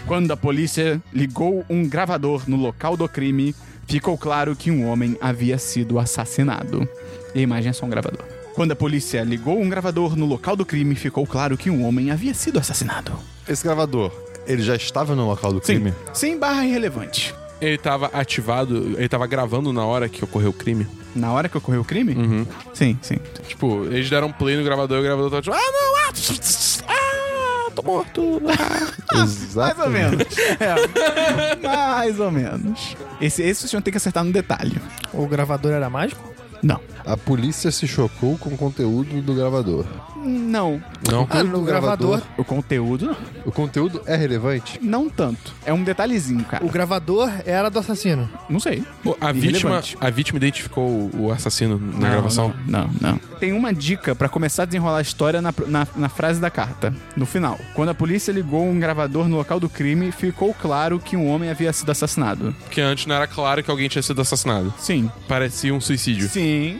Speaker 1: Quando a polícia ligou um gravador no local do crime, ficou claro que um homem havia sido assassinado. E a imagem é só um gravador. Quando a polícia ligou um gravador no local do crime, ficou claro que um homem havia sido assassinado.
Speaker 3: Esse gravador, ele já estava no local do crime?
Speaker 1: Sim, sim barra irrelevante.
Speaker 4: Ele tava ativado, ele tava gravando na hora que ocorreu o crime.
Speaker 1: Na hora que ocorreu o crime?
Speaker 3: Uhum.
Speaker 1: Sim, sim.
Speaker 4: Tipo, eles deram play no gravador e o gravador tava tipo, ah, não, ah, tss, tss, ah, tô morto.
Speaker 1: Mais ou
Speaker 3: Exatamente.
Speaker 1: menos. É. Mais ou menos. Esse, esse o senhor tem que acertar no detalhe.
Speaker 5: O gravador era mágico?
Speaker 1: Não.
Speaker 3: A polícia se chocou com o conteúdo do gravador.
Speaker 1: Não.
Speaker 4: Não,
Speaker 5: Ah, no
Speaker 3: do
Speaker 5: gravador.
Speaker 3: gravador.
Speaker 1: O conteúdo, não.
Speaker 3: O conteúdo é relevante?
Speaker 1: Não tanto. É um detalhezinho, cara.
Speaker 5: O gravador era do assassino.
Speaker 1: Não sei.
Speaker 4: Pô, a vítima,
Speaker 1: Irrelevante.
Speaker 4: a vítima identificou o- o assassino na gravação.
Speaker 1: Não, não. Tem uma dica pra começar a desenrolar a história na, na, na frase da carta. No final. Quando a polícia ligou um gravador no local do crime, ficou claro que um homem havia sido assassinado.
Speaker 4: Porque antes não era claro que alguém tinha sido assassinado.
Speaker 1: Sim.
Speaker 4: Parecia um suicídio.
Speaker 1: Sim.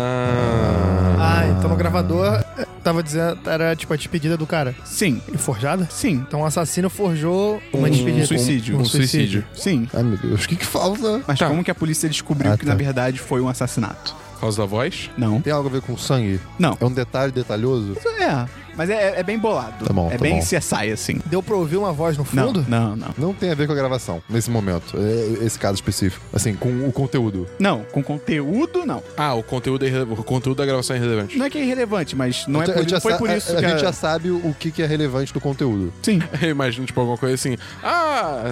Speaker 4: Ah.
Speaker 5: Ah, então no gravador eh, tava dizendo, era tipo a despedida do cara.
Speaker 1: Sim.
Speaker 5: E forjada?
Speaker 1: Sim.
Speaker 5: Então o assassino forjou uma despedida.
Speaker 1: suicídio.
Speaker 5: Um,
Speaker 4: Um suicídio.
Speaker 1: Sim.
Speaker 3: Ai, meu Deus, o que que falta?
Speaker 1: Mas
Speaker 4: Tá.
Speaker 1: como que a polícia descobriu
Speaker 3: Ah,
Speaker 1: que
Speaker 3: tá.
Speaker 1: na verdade foi um assassinato?
Speaker 4: Por causa da voz?
Speaker 1: Não.
Speaker 3: Tem algo a ver com sangue?
Speaker 1: Não.
Speaker 3: É um detalhe detalhoso?
Speaker 1: É, mas é, é bem bolado.
Speaker 3: Tá bom,
Speaker 1: é
Speaker 3: tá
Speaker 1: bem
Speaker 3: bom.
Speaker 1: CSI, assim.
Speaker 5: Deu pra ouvir uma voz no fundo?
Speaker 1: Não, não, não.
Speaker 3: Não tem a ver com a gravação, nesse momento. É esse caso específico. Assim, com o conteúdo.
Speaker 1: Não, com conteúdo, não.
Speaker 4: Ah, o conteúdo, é irrele- o conteúdo da gravação é irrelevante.
Speaker 1: Não é que é irrelevante, mas não é
Speaker 3: Então, A gente já
Speaker 1: por, foi
Speaker 3: sa-
Speaker 1: por isso
Speaker 3: a,
Speaker 1: que
Speaker 3: a gente já sabe o que que é relevante do conteúdo.
Speaker 1: Sim.
Speaker 4: Eu imagino, tipo, alguma coisa assim. Ah,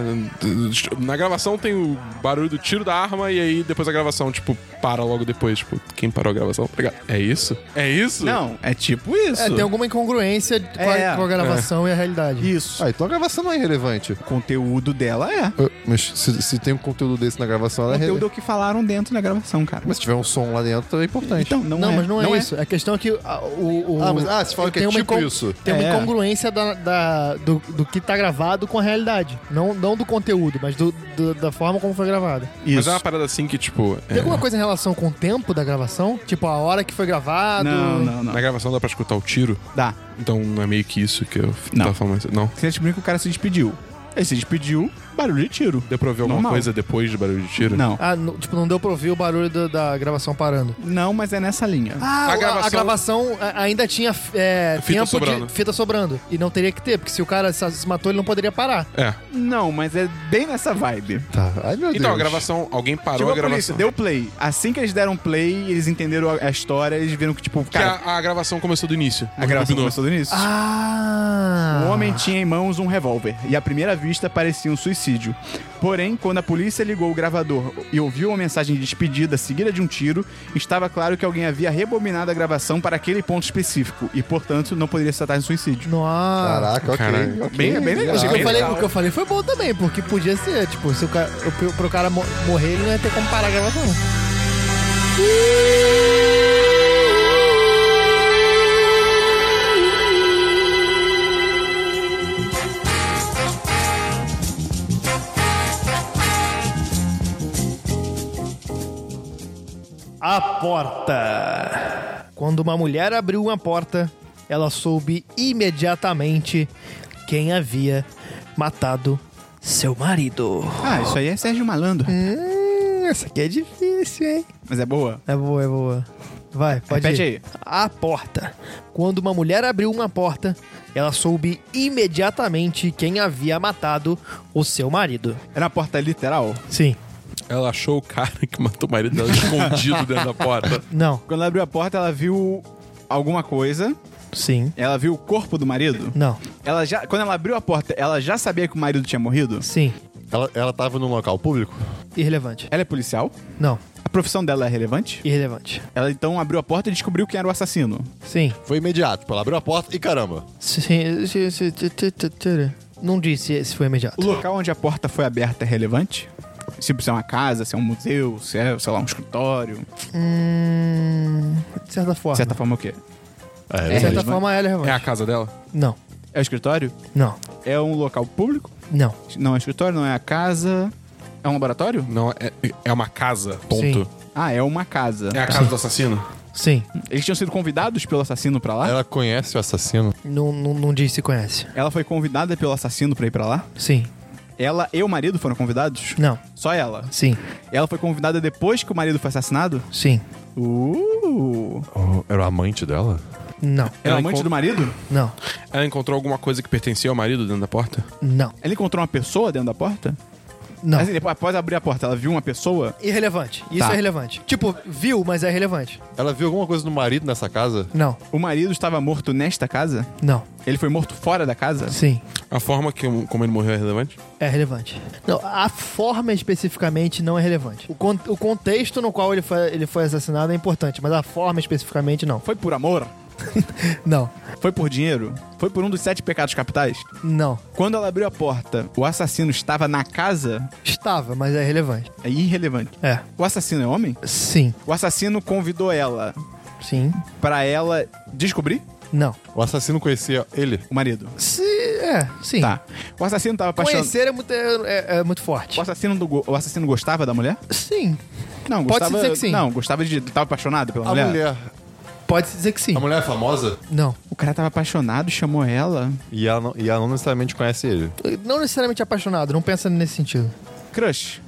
Speaker 4: na gravação tem o barulho do tiro da arma e aí depois a gravação, tipo, para logo depois. Tipo, quem parou a gravação? Tá ligado? É isso? É isso?
Speaker 1: Não, é tipo isso.
Speaker 5: É, tem alguma incongruência com, a-
Speaker 1: É.
Speaker 5: com a, gravação e a realidade.
Speaker 1: Isso.
Speaker 3: Ah, então a gravação não é relevante.
Speaker 1: O conteúdo dela é.
Speaker 3: Ah, Mas se, se tem um conteúdo desse na gravação,
Speaker 1: O
Speaker 3: ela é
Speaker 1: conteúdo
Speaker 3: relevante.
Speaker 1: é o que falaram dentro da gravação, cara.
Speaker 3: Mas se tiver um som lá dentro, é importante.
Speaker 1: então, não,
Speaker 5: Não,
Speaker 1: é.
Speaker 5: mas não é isso. A questão é que ah, o, o-
Speaker 3: Ah, mas- ah, você fala que é
Speaker 5: tem uma
Speaker 3: tipo isso.
Speaker 5: Tem uma
Speaker 1: É.
Speaker 5: incongruência da, da- do, do que tá gravado com a realidade. Não, não do conteúdo, mas do- do- da forma como foi gravado.
Speaker 1: Isso.
Speaker 4: Mas é uma parada assim que, tipo. é,
Speaker 5: Tem alguma coisa em relação com o tempo da gravação? Tipo, a hora que foi gravado?
Speaker 1: Não, não, não.
Speaker 4: Na gravação dá pra escutar o tiro.
Speaker 1: Dá.
Speaker 4: Então não é meio que isso que eu f-
Speaker 1: Não.
Speaker 4: tava falando. Não.
Speaker 1: Você descobriu que o cara se despediu. Ele se despediu, barulho de tiro.
Speaker 4: Deu pra ouvir alguma
Speaker 1: Normal.
Speaker 4: coisa depois do barulho de tiro?
Speaker 1: Não.
Speaker 5: Ah, não- tipo, não deu pra ouvir o barulho do- da gravação parando.
Speaker 1: Não, mas é nessa linha.
Speaker 5: Ah,
Speaker 4: A
Speaker 5: a, a gravação...
Speaker 4: gravação-
Speaker 5: a- ainda tinha é,
Speaker 4: Fita
Speaker 5: tempo
Speaker 4: sobrando.
Speaker 5: de fita sobrando. E não teria que ter, porque se o cara se se matou, ele não poderia parar.
Speaker 4: É.
Speaker 1: Não, mas é bem nessa vibe.
Speaker 3: Tá. Ai, meu Deus.
Speaker 4: Então, a gravação, alguém parou
Speaker 1: Chegou
Speaker 4: a
Speaker 1: Tipo a polícia,
Speaker 4: gravação.
Speaker 1: deu play. Assim que eles deram play, eles entenderam a, a história, eles viram que, tipo,
Speaker 4: Porque
Speaker 1: cara,
Speaker 4: a, a gravação começou do início.
Speaker 1: a gravação
Speaker 4: Combinou.
Speaker 1: começou do início.
Speaker 5: Ah!
Speaker 1: O homem tinha em mãos um revólver e à primeira vista parecia um suicídio. Porém, quando a polícia ligou o gravador e ouviu uma mensagem de despedida seguida de um tiro, estava claro que alguém havia rebobinado a gravação para aquele ponto específico e, portanto, não poderia se tratar de suicídio.
Speaker 5: Nossa!
Speaker 3: Caraca, ok.
Speaker 4: Caralho.
Speaker 3: ok.
Speaker 1: Bem- bem legal, achei
Speaker 5: O que,
Speaker 1: bem
Speaker 5: eu falei,
Speaker 1: legal.
Speaker 5: o que eu falei foi bom também, porque podia ser, tipo, se o cara, o- pro, pro cara mo- morrer, ele não ia ter como parar a gravação. A porta. Quando uma mulher abriu uma porta, ela soube imediatamente quem havia matado seu marido.
Speaker 1: Ah, isso aí é Sérgio Malandro.
Speaker 5: Hum, essa aqui é difícil, hein?
Speaker 1: Mas é boa.
Speaker 5: É boa, é boa. Vai, pode
Speaker 1: Repete
Speaker 5: ir. A porta. Quando uma mulher abriu uma porta, ela soube imediatamente quem havia matado o seu marido.
Speaker 1: Era uma porta literal.
Speaker 5: Sim.
Speaker 4: Ela achou o cara que matou o marido dela escondido dentro da porta.
Speaker 5: Não.
Speaker 1: Quando ela abriu a porta, ela viu alguma coisa.
Speaker 5: Sim.
Speaker 1: Ela viu o corpo do marido.
Speaker 5: Não.
Speaker 1: Ela já, quando ela abriu a porta, ela já sabia que o marido tinha morrido.
Speaker 5: Sim.
Speaker 3: Ela, ela tava num local público?
Speaker 5: Irrelevante.
Speaker 1: Ela é policial.
Speaker 5: Não.
Speaker 1: A profissão dela é relevante.
Speaker 5: Irrelevante.
Speaker 1: Ela então abriu a porta e descobriu quem era o assassino.
Speaker 5: Sim.
Speaker 3: Foi imediato. Tipo, ela abriu a porta e caramba.
Speaker 5: Sim. sim, sim, sim, sim, sim, sim. Não disse se foi imediato.
Speaker 1: O local onde a porta foi aberta é relevante? Se é uma casa, se é um museu, se é, sei lá, um escritório.
Speaker 5: Hum, de certa
Speaker 1: De
Speaker 5: forma.
Speaker 1: certa forma, o quê?
Speaker 5: De certa
Speaker 1: relevante.
Speaker 5: forma, ela é
Speaker 4: É a
Speaker 5: relevante.
Speaker 4: casa dela?
Speaker 5: Não.
Speaker 1: É o escritório?
Speaker 5: Não.
Speaker 1: É um local público?
Speaker 5: Não.
Speaker 1: Não é escritório, não é a casa. É um laboratório?
Speaker 4: Não, é, é uma casa, ponto.
Speaker 5: Sim.
Speaker 1: Ah, é uma casa.
Speaker 4: É a casa do assassino?
Speaker 5: Sim.
Speaker 1: Eles tinham sido convidados pelo assassino pra lá?
Speaker 3: Ela conhece o assassino?
Speaker 5: Não, não, não diz se conhece.
Speaker 1: Ela foi convidada pelo assassino pra ir pra lá?
Speaker 5: Sim.
Speaker 1: Ela e o marido foram convidados?
Speaker 5: Não.
Speaker 1: Só ela?
Speaker 5: Sim.
Speaker 1: Ela foi convidada depois que o marido foi assassinado?
Speaker 5: Sim.
Speaker 1: Uh!
Speaker 3: Oh, era o amante dela?
Speaker 5: Não.
Speaker 1: Era
Speaker 4: Ela
Speaker 1: amante
Speaker 4: encont-
Speaker 1: do marido?
Speaker 5: Não.
Speaker 4: Ela encontrou alguma coisa que pertencia ao marido dentro da porta?
Speaker 5: Não.
Speaker 1: Ela encontrou uma pessoa dentro da porta?
Speaker 5: Não.
Speaker 1: Assim, depois, após abrir a porta, ela viu uma pessoa?
Speaker 5: Irrelevante. Isso
Speaker 1: Tá.
Speaker 5: é relevante. Tipo, viu, mas é relevante.
Speaker 3: Ela viu alguma coisa no marido nessa casa?
Speaker 5: Não.
Speaker 1: O marido estava morto nesta casa?
Speaker 5: Não.
Speaker 1: Ele foi morto fora da casa?
Speaker 5: Sim.
Speaker 4: A forma que, como ele morreu é relevante?
Speaker 5: É relevante. Não, a forma especificamente não é relevante. O, con- o contexto no qual ele foi, ele foi assassinado é importante, mas a forma especificamente não.
Speaker 1: Foi por amor?
Speaker 5: Não.
Speaker 1: Foi por dinheiro? Foi por um dos sete pecados capitais?
Speaker 5: Não.
Speaker 1: Quando ela abriu a porta, o assassino estava na casa?
Speaker 5: Estava, mas é relevante.
Speaker 1: É irrelevante.
Speaker 5: É.
Speaker 1: O assassino é homem?
Speaker 5: Sim.
Speaker 1: O assassino convidou ela
Speaker 5: Sim.
Speaker 1: pra ela descobrir
Speaker 5: Não.
Speaker 3: O assassino conhecia ele?
Speaker 1: o marido.
Speaker 5: Se, é, sim.
Speaker 1: Tá. O assassino estava apaixonado.
Speaker 5: Conhecer é muito, é, é- é muito forte.
Speaker 1: O assassino, do go- o assassino gostava da mulher?
Speaker 5: Sim.
Speaker 1: Não,
Speaker 5: Pode-se
Speaker 1: gostava.
Speaker 5: dizer que sim.
Speaker 1: Não, gostava de. Tava apaixonado pela
Speaker 3: A
Speaker 1: mulher?
Speaker 3: mulher.
Speaker 5: Pode-se dizer que sim.
Speaker 3: A mulher é famosa?
Speaker 5: Não.
Speaker 1: O cara tava apaixonado, chamou ela.
Speaker 3: E ela, não, e ela não necessariamente conhece ele.
Speaker 5: Não necessariamente apaixonado, não pensa nesse sentido.
Speaker 1: Crush.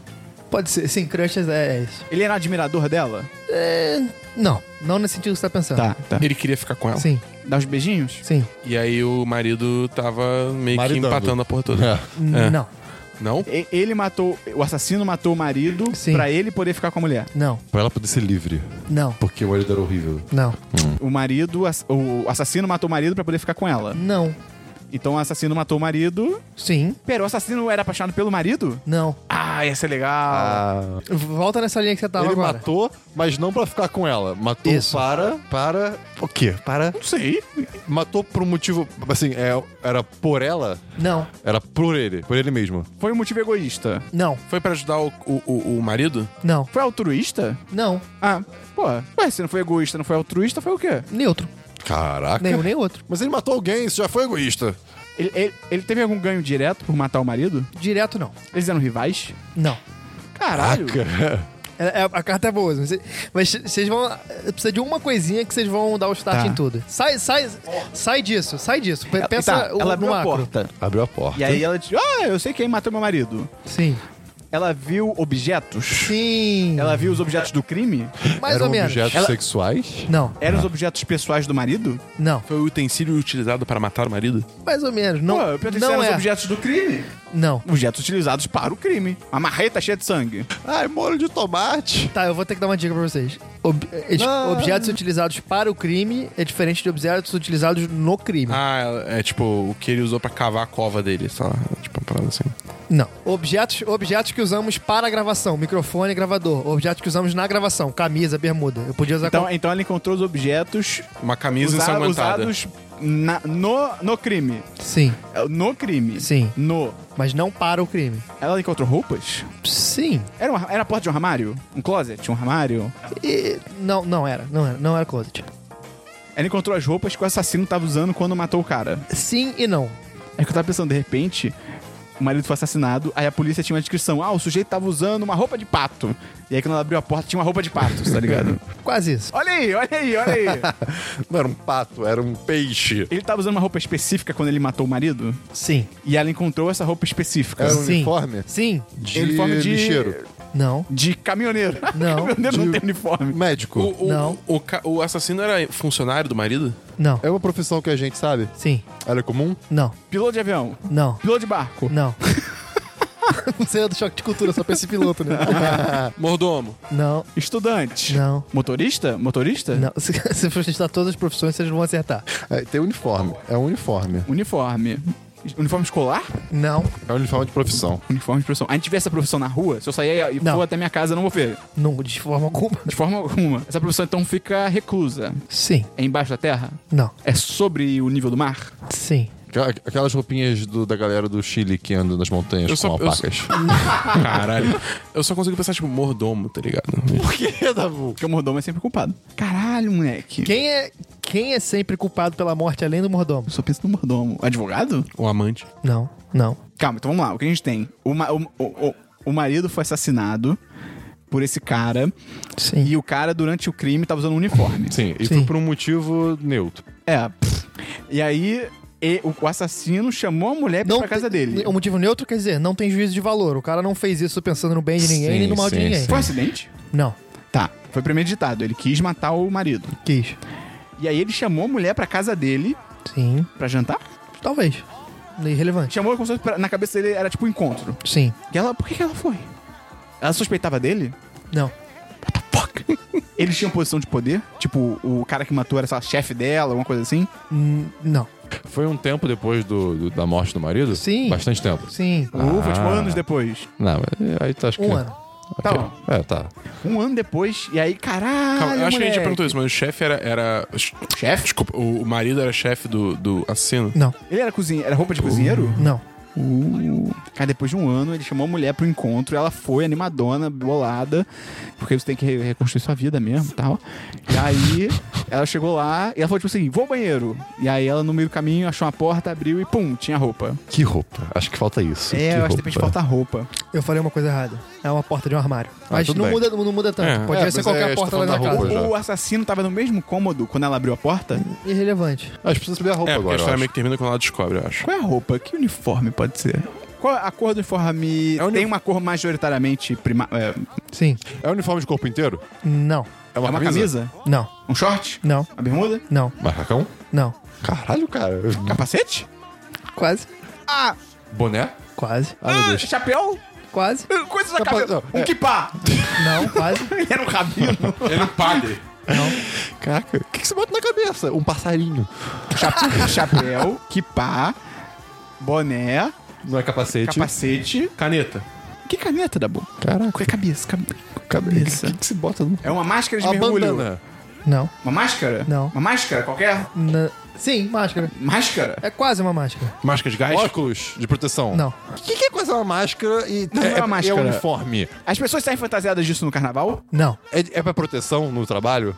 Speaker 5: Pode ser, sim, crushes é, é isso.
Speaker 1: Ele era admirador dela?
Speaker 5: É, não, não nesse sentido que você tá pensando.
Speaker 1: Tá, tá.
Speaker 4: Ele queria ficar com ela.
Speaker 5: Sim,
Speaker 1: Dá os beijinhos?
Speaker 5: sim.
Speaker 4: E aí o marido tava meio
Speaker 3: Maridando.
Speaker 4: que empatando a porra toda.
Speaker 5: É.
Speaker 3: É.
Speaker 1: É.
Speaker 5: N- Não,
Speaker 4: Não?
Speaker 1: E- Ele matou. O assassino matou o marido
Speaker 5: Sim.
Speaker 1: pra ele poder ficar com a mulher.
Speaker 5: não,
Speaker 3: Pra ela poder ser livre.
Speaker 5: não,
Speaker 3: Porque o marido era horrível.
Speaker 5: não,
Speaker 1: O marido. ass- O assassino matou o marido pra poder ficar com ela.
Speaker 5: não,
Speaker 1: Então o assassino matou o marido.
Speaker 5: sim,
Speaker 1: Pera, o assassino era apaixonado pelo marido?
Speaker 5: não.
Speaker 1: Ah, ia ser legal.
Speaker 3: Ah.
Speaker 5: Volta nessa linha que você tava
Speaker 3: ele
Speaker 5: agora.
Speaker 3: matou, mas não pra ficar com ela. Matou
Speaker 5: Então Isso.
Speaker 3: para. Para. O quê? Para.
Speaker 1: Não sei.
Speaker 3: Matou por um motivo. Assim, é, era por ela.
Speaker 5: Não,
Speaker 3: Era por ele. Por ele mesmo.
Speaker 1: Foi um motivo egoísta.
Speaker 5: não,
Speaker 4: Foi pra ajudar o, o, o- o marido?
Speaker 5: não,
Speaker 1: Foi altruísta?
Speaker 5: não,
Speaker 1: Ah, pô. Ué, se não foi egoísta, não foi altruísta, foi o quê?
Speaker 5: neutro.
Speaker 3: Caraca.
Speaker 5: Nem um, nem outro.
Speaker 3: Mas ele matou alguém, isso já foi egoísta.
Speaker 1: Ele, ele- ele teve algum ganho direto por matar o marido?
Speaker 5: Direto não,
Speaker 1: Eles eram rivais?
Speaker 5: não.
Speaker 1: Caralho.
Speaker 5: É- é- a carta é boa. Mas cê- mas cê- vocês vão. é, Precisa de uma coisinha que vocês vão dar o start
Speaker 1: Tá.
Speaker 5: em tudo. Sai, sai, sai disso, sai disso. Pe-
Speaker 1: Ela-
Speaker 5: Pensa
Speaker 1: tá,
Speaker 5: o,
Speaker 1: ela abriu
Speaker 5: no
Speaker 1: a
Speaker 5: macro.
Speaker 1: porta.
Speaker 3: Abriu a porta.
Speaker 1: E aí ela disse: Ah, eu sei quem matou meu marido.
Speaker 5: Sim.
Speaker 1: Ela viu objetos?
Speaker 5: Sim.
Speaker 1: Ela um viu os objetos do crime?
Speaker 5: Mais
Speaker 3: Eram
Speaker 5: ou menos.
Speaker 3: objetos
Speaker 1: Ela-
Speaker 3: sexuais?
Speaker 5: Não,
Speaker 1: Eram os objetos pessoais do marido?
Speaker 5: não.
Speaker 4: Foi o utensílio utilizado para matar o marido?
Speaker 5: Mais ou menos. Não,
Speaker 1: Pô, eu pensei que um
Speaker 5: não
Speaker 1: eram os
Speaker 5: é.
Speaker 1: objetos do crime.
Speaker 5: Não.
Speaker 1: Objetos utilizados para o crime. A marreta cheia de sangue.
Speaker 3: Ai, molho de tomate.
Speaker 5: Tá, eu vou ter que dar uma dica pra vocês. Ob- é, tipo,
Speaker 3: Não.
Speaker 5: Objetos utilizados para o crime é diferente de objetos utilizados no crime.
Speaker 4: Ah, ela- é tipo o que ele usou pra cavar a cova dele, sei lá. Tipo, uma parada assim.
Speaker 5: Não. Objetos, objetos que usamos para a gravação. Microfone, gravador. Objetos que usamos na gravação. Camisa, bermuda. Eu podia usar...
Speaker 1: Então,
Speaker 5: qual-
Speaker 1: então ela encontrou os objetos
Speaker 4: Uma camisa
Speaker 1: usa-
Speaker 4: ensanguentada.
Speaker 1: usados na- no, no crime.
Speaker 5: Sim,
Speaker 1: No crime.
Speaker 5: Sim.
Speaker 1: No.
Speaker 5: mas não para o crime.
Speaker 1: Ela encontrou roupas?
Speaker 5: Sim.
Speaker 1: Era, uma, era a porta de um armário? Um closet? Um armário?
Speaker 5: E- Não, não era. Não era, não era closet.
Speaker 1: Ela encontrou as roupas que o assassino tava usando quando matou o cara.
Speaker 5: Sim e não.
Speaker 1: É que eu tava pensando, de repente, o marido foi assassinado, aí a polícia tinha uma descrição. Ah, o sujeito tava usando uma roupa de pato. E aí quando ela abriu a porta, tinha uma roupa de pato, tá ligado?
Speaker 5: Quase isso.
Speaker 1: olha aí, olha aí, olha aí.
Speaker 3: Não era um pato, era um peixe.
Speaker 1: Ele tava usando uma roupa específica quando ele matou o marido?
Speaker 5: Sim.
Speaker 1: E ela encontrou essa roupa específica.
Speaker 3: Era um
Speaker 5: Sim.
Speaker 3: uniforme?
Speaker 5: Sim.
Speaker 3: De
Speaker 1: Uniforme de-
Speaker 3: lixeiro.
Speaker 5: Não.
Speaker 1: De caminhoneiro.
Speaker 5: Não.
Speaker 1: caminhoneiro não
Speaker 3: De-
Speaker 1: tem uniforme.
Speaker 3: Médico.
Speaker 4: O, o-
Speaker 5: Não.
Speaker 4: O, ca- o assassino era funcionário do marido?
Speaker 5: Não.
Speaker 3: É uma profissão que a gente sabe.
Speaker 5: Sim.
Speaker 3: Ela é comum?
Speaker 5: Não.
Speaker 1: Piloto de avião.
Speaker 5: Não.
Speaker 1: Piloto de barco.
Speaker 5: Não. Você é do choque de cultura, só pra esse piloto, né?
Speaker 4: Mordomo.
Speaker 5: não.
Speaker 1: Estudante.
Speaker 5: Não.
Speaker 1: Motorista? Motorista?
Speaker 5: Não. Se, se for testar todas as profissões, vocês vão acertar.
Speaker 3: É, tem uniforme. É um uniforme.
Speaker 1: Uniforme. Uniforme escolar?
Speaker 5: Não.
Speaker 3: É um uniforme de profissão.
Speaker 1: Uniforme de profissão. A gente vê essa profissão na rua, se eu sair e
Speaker 5: Não.
Speaker 1: for até minha casa, eu não vou ver.
Speaker 5: Não, de forma alguma.
Speaker 1: De forma alguma. Essa profissão então fica reclusa.
Speaker 5: Sim.
Speaker 1: É embaixo da terra?
Speaker 5: Não.
Speaker 1: É sobre o nível do mar?
Speaker 5: Sim.
Speaker 3: Aquela- Aquelas roupinhas do- da galera do Chile que anda nas montanhas
Speaker 4: Eu
Speaker 3: com
Speaker 4: só- eu
Speaker 3: alpacas.
Speaker 4: Caralho. Eu só consigo pensar, tipo, mordomo, tá ligado?
Speaker 1: Por que, Dabu? Porque o mordomo é sempre culpado. Caralho, moleque.
Speaker 5: Quem é, quem é sempre culpado pela morte além do mordomo?
Speaker 1: Eu só penso no mordomo. Advogado?
Speaker 4: O amante.
Speaker 5: Não. Não.
Speaker 1: Calma, então vamos lá. O que a gente tem? O, ma- o- o- o- o marido foi assassinado por esse cara.
Speaker 5: Sim.
Speaker 1: E o cara, durante o crime, tava usando um uniforme.
Speaker 3: Sim, e
Speaker 5: Sim.
Speaker 3: foi por um motivo neutro.
Speaker 1: É. pff. E aí, e- o, o assassino chamou a mulher pra, ir pra casa
Speaker 5: tem-
Speaker 1: dele.
Speaker 5: O motivo neutro quer dizer, não tem juízo de valor. O cara não fez isso pensando no bem de ninguém
Speaker 3: Sim,
Speaker 5: nem no mal de
Speaker 3: sim,
Speaker 5: ninguém.
Speaker 3: sim.
Speaker 1: Foi um acidente?
Speaker 5: Não,
Speaker 1: Tá. Foi premeditado. Ele quis matar o marido.
Speaker 5: quis.
Speaker 1: E aí ele chamou a mulher pra casa dele
Speaker 5: Sim,
Speaker 1: pra jantar?
Speaker 5: talvez. Irrelevante.
Speaker 1: Chamou como se fosse pra- na cabeça dele era tipo um encontro.
Speaker 5: Sim.
Speaker 1: E ela, por que, que ela foi? Ela suspeitava dele?
Speaker 5: Não.
Speaker 1: Eles tinham posição de poder? Tipo, o cara que matou era sei lá, chefe dela, alguma coisa assim?
Speaker 5: Hum, Não.
Speaker 3: Foi um tempo depois do, do- da morte do marido?
Speaker 5: Sim.
Speaker 3: Bastante tempo.
Speaker 5: Sim.
Speaker 1: Uh, foi tipo
Speaker 3: Ah.
Speaker 1: anos depois.
Speaker 3: Não, mas aí tu acha que.
Speaker 5: Um ano.
Speaker 3: Ok.
Speaker 1: Tá bom.
Speaker 3: É, tá.
Speaker 1: Um ano depois, e aí, caralho.
Speaker 4: Calma, eu acho que a gente
Speaker 1: moleque.
Speaker 4: já perguntou isso, mas o chefe era. era... Chefe? Desculpa, o o marido era chefe do, do assassino?
Speaker 5: Não,
Speaker 1: Ele era cozinheiro, era roupa de cozinheiro?
Speaker 5: não.
Speaker 4: Uhum.
Speaker 1: Uh. Cara, depois de um ano, ele chamou a mulher pro encontro, ela foi animadona, bolada, porque você tem que re- reconstruir sua vida mesmo e tal. E aí, ela chegou lá e ela falou tipo assim: vou ao banheiro. E aí, ela no meio do caminho achou uma porta, abriu e pum, tinha roupa.
Speaker 3: Que roupa? Acho que falta isso.
Speaker 1: É, eu acho que de repente
Speaker 3: roupa.
Speaker 1: falta roupa.
Speaker 5: Eu falei uma coisa errada. É uma porta de um armário. Mas
Speaker 3: tudo
Speaker 5: não
Speaker 3: bem.
Speaker 5: muda, não muda tanto.
Speaker 4: É.
Speaker 5: Podia
Speaker 3: É,
Speaker 5: ser
Speaker 3: mas
Speaker 5: qualquer
Speaker 3: é,
Speaker 5: porta
Speaker 3: estou
Speaker 5: lá da
Speaker 3: falando da
Speaker 5: casa.
Speaker 3: roupa. já.
Speaker 1: O assassino tava no mesmo cômodo quando ela abriu a porta?
Speaker 5: Irrelevante.
Speaker 3: Acho que precisa saber a roupa
Speaker 4: É, porque a
Speaker 3: agora. eu
Speaker 4: história
Speaker 3: acho.
Speaker 4: meio que termina quando ela descobre, eu acho.
Speaker 1: Qual é a roupa? Que uniforme pode ser? Qual a cor do uniforme?
Speaker 4: É o uni-
Speaker 1: Tem uma cor majoritariamente prima... é,
Speaker 5: Sim.
Speaker 3: É uniforme de corpo inteiro?
Speaker 5: Não.
Speaker 3: É
Speaker 1: é
Speaker 3: uma,
Speaker 1: uma camisa?
Speaker 5: Não.
Speaker 1: Um short?
Speaker 5: Não.
Speaker 1: Uma bermuda?
Speaker 5: Não.
Speaker 3: Macacão?
Speaker 5: Não.
Speaker 3: Caralho, cara.
Speaker 1: Capacete?
Speaker 5: Quase.
Speaker 1: Ah,
Speaker 3: Boné?
Speaker 5: Quase.
Speaker 3: Ah, meu Deus.
Speaker 1: chapéu?
Speaker 5: Quase.
Speaker 1: Coisas da
Speaker 3: Capa-
Speaker 1: cabeça.
Speaker 3: não,
Speaker 1: Um
Speaker 3: é.
Speaker 1: kipá.
Speaker 5: Não, quase.
Speaker 1: Ele era um rabino.
Speaker 4: Ele é um padre.
Speaker 3: Caraca, o que, que você bota na cabeça? Um passarinho.
Speaker 1: Chape- chapéu, kipá, boné,
Speaker 3: Não é capacete?
Speaker 1: capacete.
Speaker 4: Caneta.
Speaker 1: Que caneta, Dabu?
Speaker 3: Caraca,
Speaker 1: É cabeça, cabe-
Speaker 3: cabeça.
Speaker 1: cabeça.
Speaker 3: O que, que você bota no...
Speaker 1: É uma máscara de
Speaker 3: Uma
Speaker 1: mergulho.
Speaker 3: bandana.
Speaker 5: Não.
Speaker 1: Uma máscara?
Speaker 5: Não.
Speaker 1: Uma máscara qualquer?
Speaker 5: Na- Sim, máscara.
Speaker 1: Máscara?
Speaker 5: É quase uma máscara.
Speaker 4: Máscara de gás?
Speaker 3: Óculos de proteção.
Speaker 5: Não.
Speaker 3: O que, que é quase uma máscara e
Speaker 1: Não, não é uma máscara.
Speaker 3: é uniforme?
Speaker 1: As pessoas saem fantasiadas disso no carnaval?
Speaker 5: Não.
Speaker 3: É, é pra proteção no trabalho?